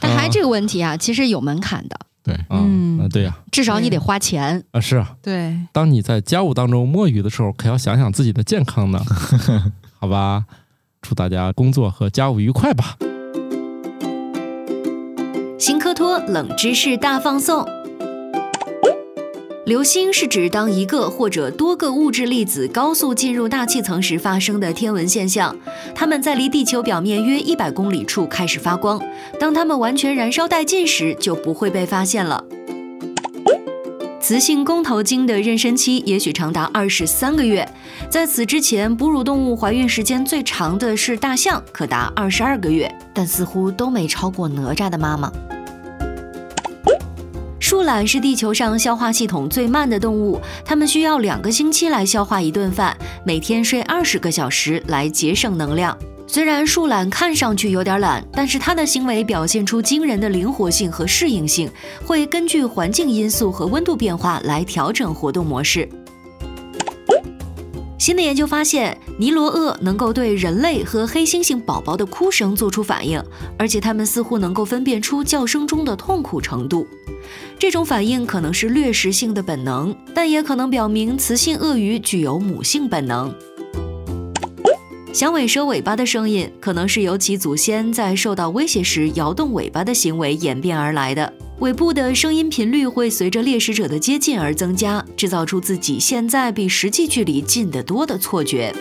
但
嗯
还这个问题啊，其实有门槛的，
啊
嗯
啊对呀、
至少你得花钱。
啊，是啊，
对，
当你在家务当中摸鱼的时候，可要想想自己的健康 呢，好吧？祝大家工作和家务愉快吧。
新科托冷知识大放送。
流星是指当一个或者多个物质粒子高速进入大气层时发生的天文现象。它们在离地球表面约一百公里处开始发光，当它们完全燃烧殆尽时，就不会被发现了。雌性公头鲸的妊娠期也许长达二十三个月，在此之前，哺乳动物怀孕时间最长的是大象，可达二十二个月，但似乎都没超过哪吒的妈妈。树懒是地球上消化系统最慢的动物，它们需要两个星期来消化一顿饭，每天睡二十个小时来节省能量。虽然树懒看上去有点懒，但是它的行为表现出惊人的灵活性和适应性，会根据环境因素和温度变化来调整活动模式。新的研究发现，尼罗鳄能够对人类和黑猩猩宝宝的哭声做出反应，而且它们似乎能够分辨出叫声中的痛苦程度。这种反应可能是掠食性的本能，但也可能表明雌性鳄鱼具有母性本能。响尾蛇尾巴的声音可能是由其祖先在受到威胁时摇动尾巴的行为演变而来的。尾部的声音频率会随着猎食者的接近而增加，制造出自己现在比实际距离近得多的错觉。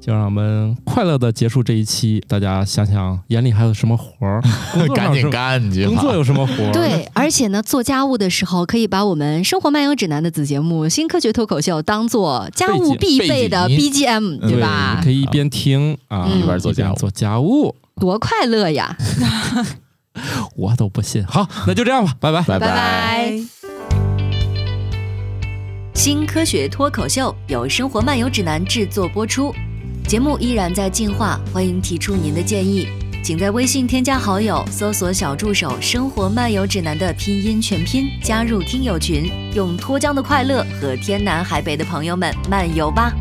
就让我们快乐的结束这一期。大家想想，眼里还有什么活 儿？工作
赶
上
紧
是
干你去
工
吧。
作有什么活儿？，
对，而且呢，做家务的时候可以把我们《生活漫游指南》的子节目《新科学脱口秀》当做家务
背
必
背
备的
景嗯
BGM，
对
吧
你可？以一边听啊，
嗯一
边做家务
一边做家务，
多快乐呀！
我都不信。好，那就这样吧，拜拜。
拜
拜拜。新科学脱口秀由《生活漫游指南》制作播出，节目依然在进化，欢迎提出您的建议，请在微信添加好友，搜索小助手“生活漫游指南”的拼音全拼，加入听友群，用脱缰的快乐和天南海北的朋友们漫游吧。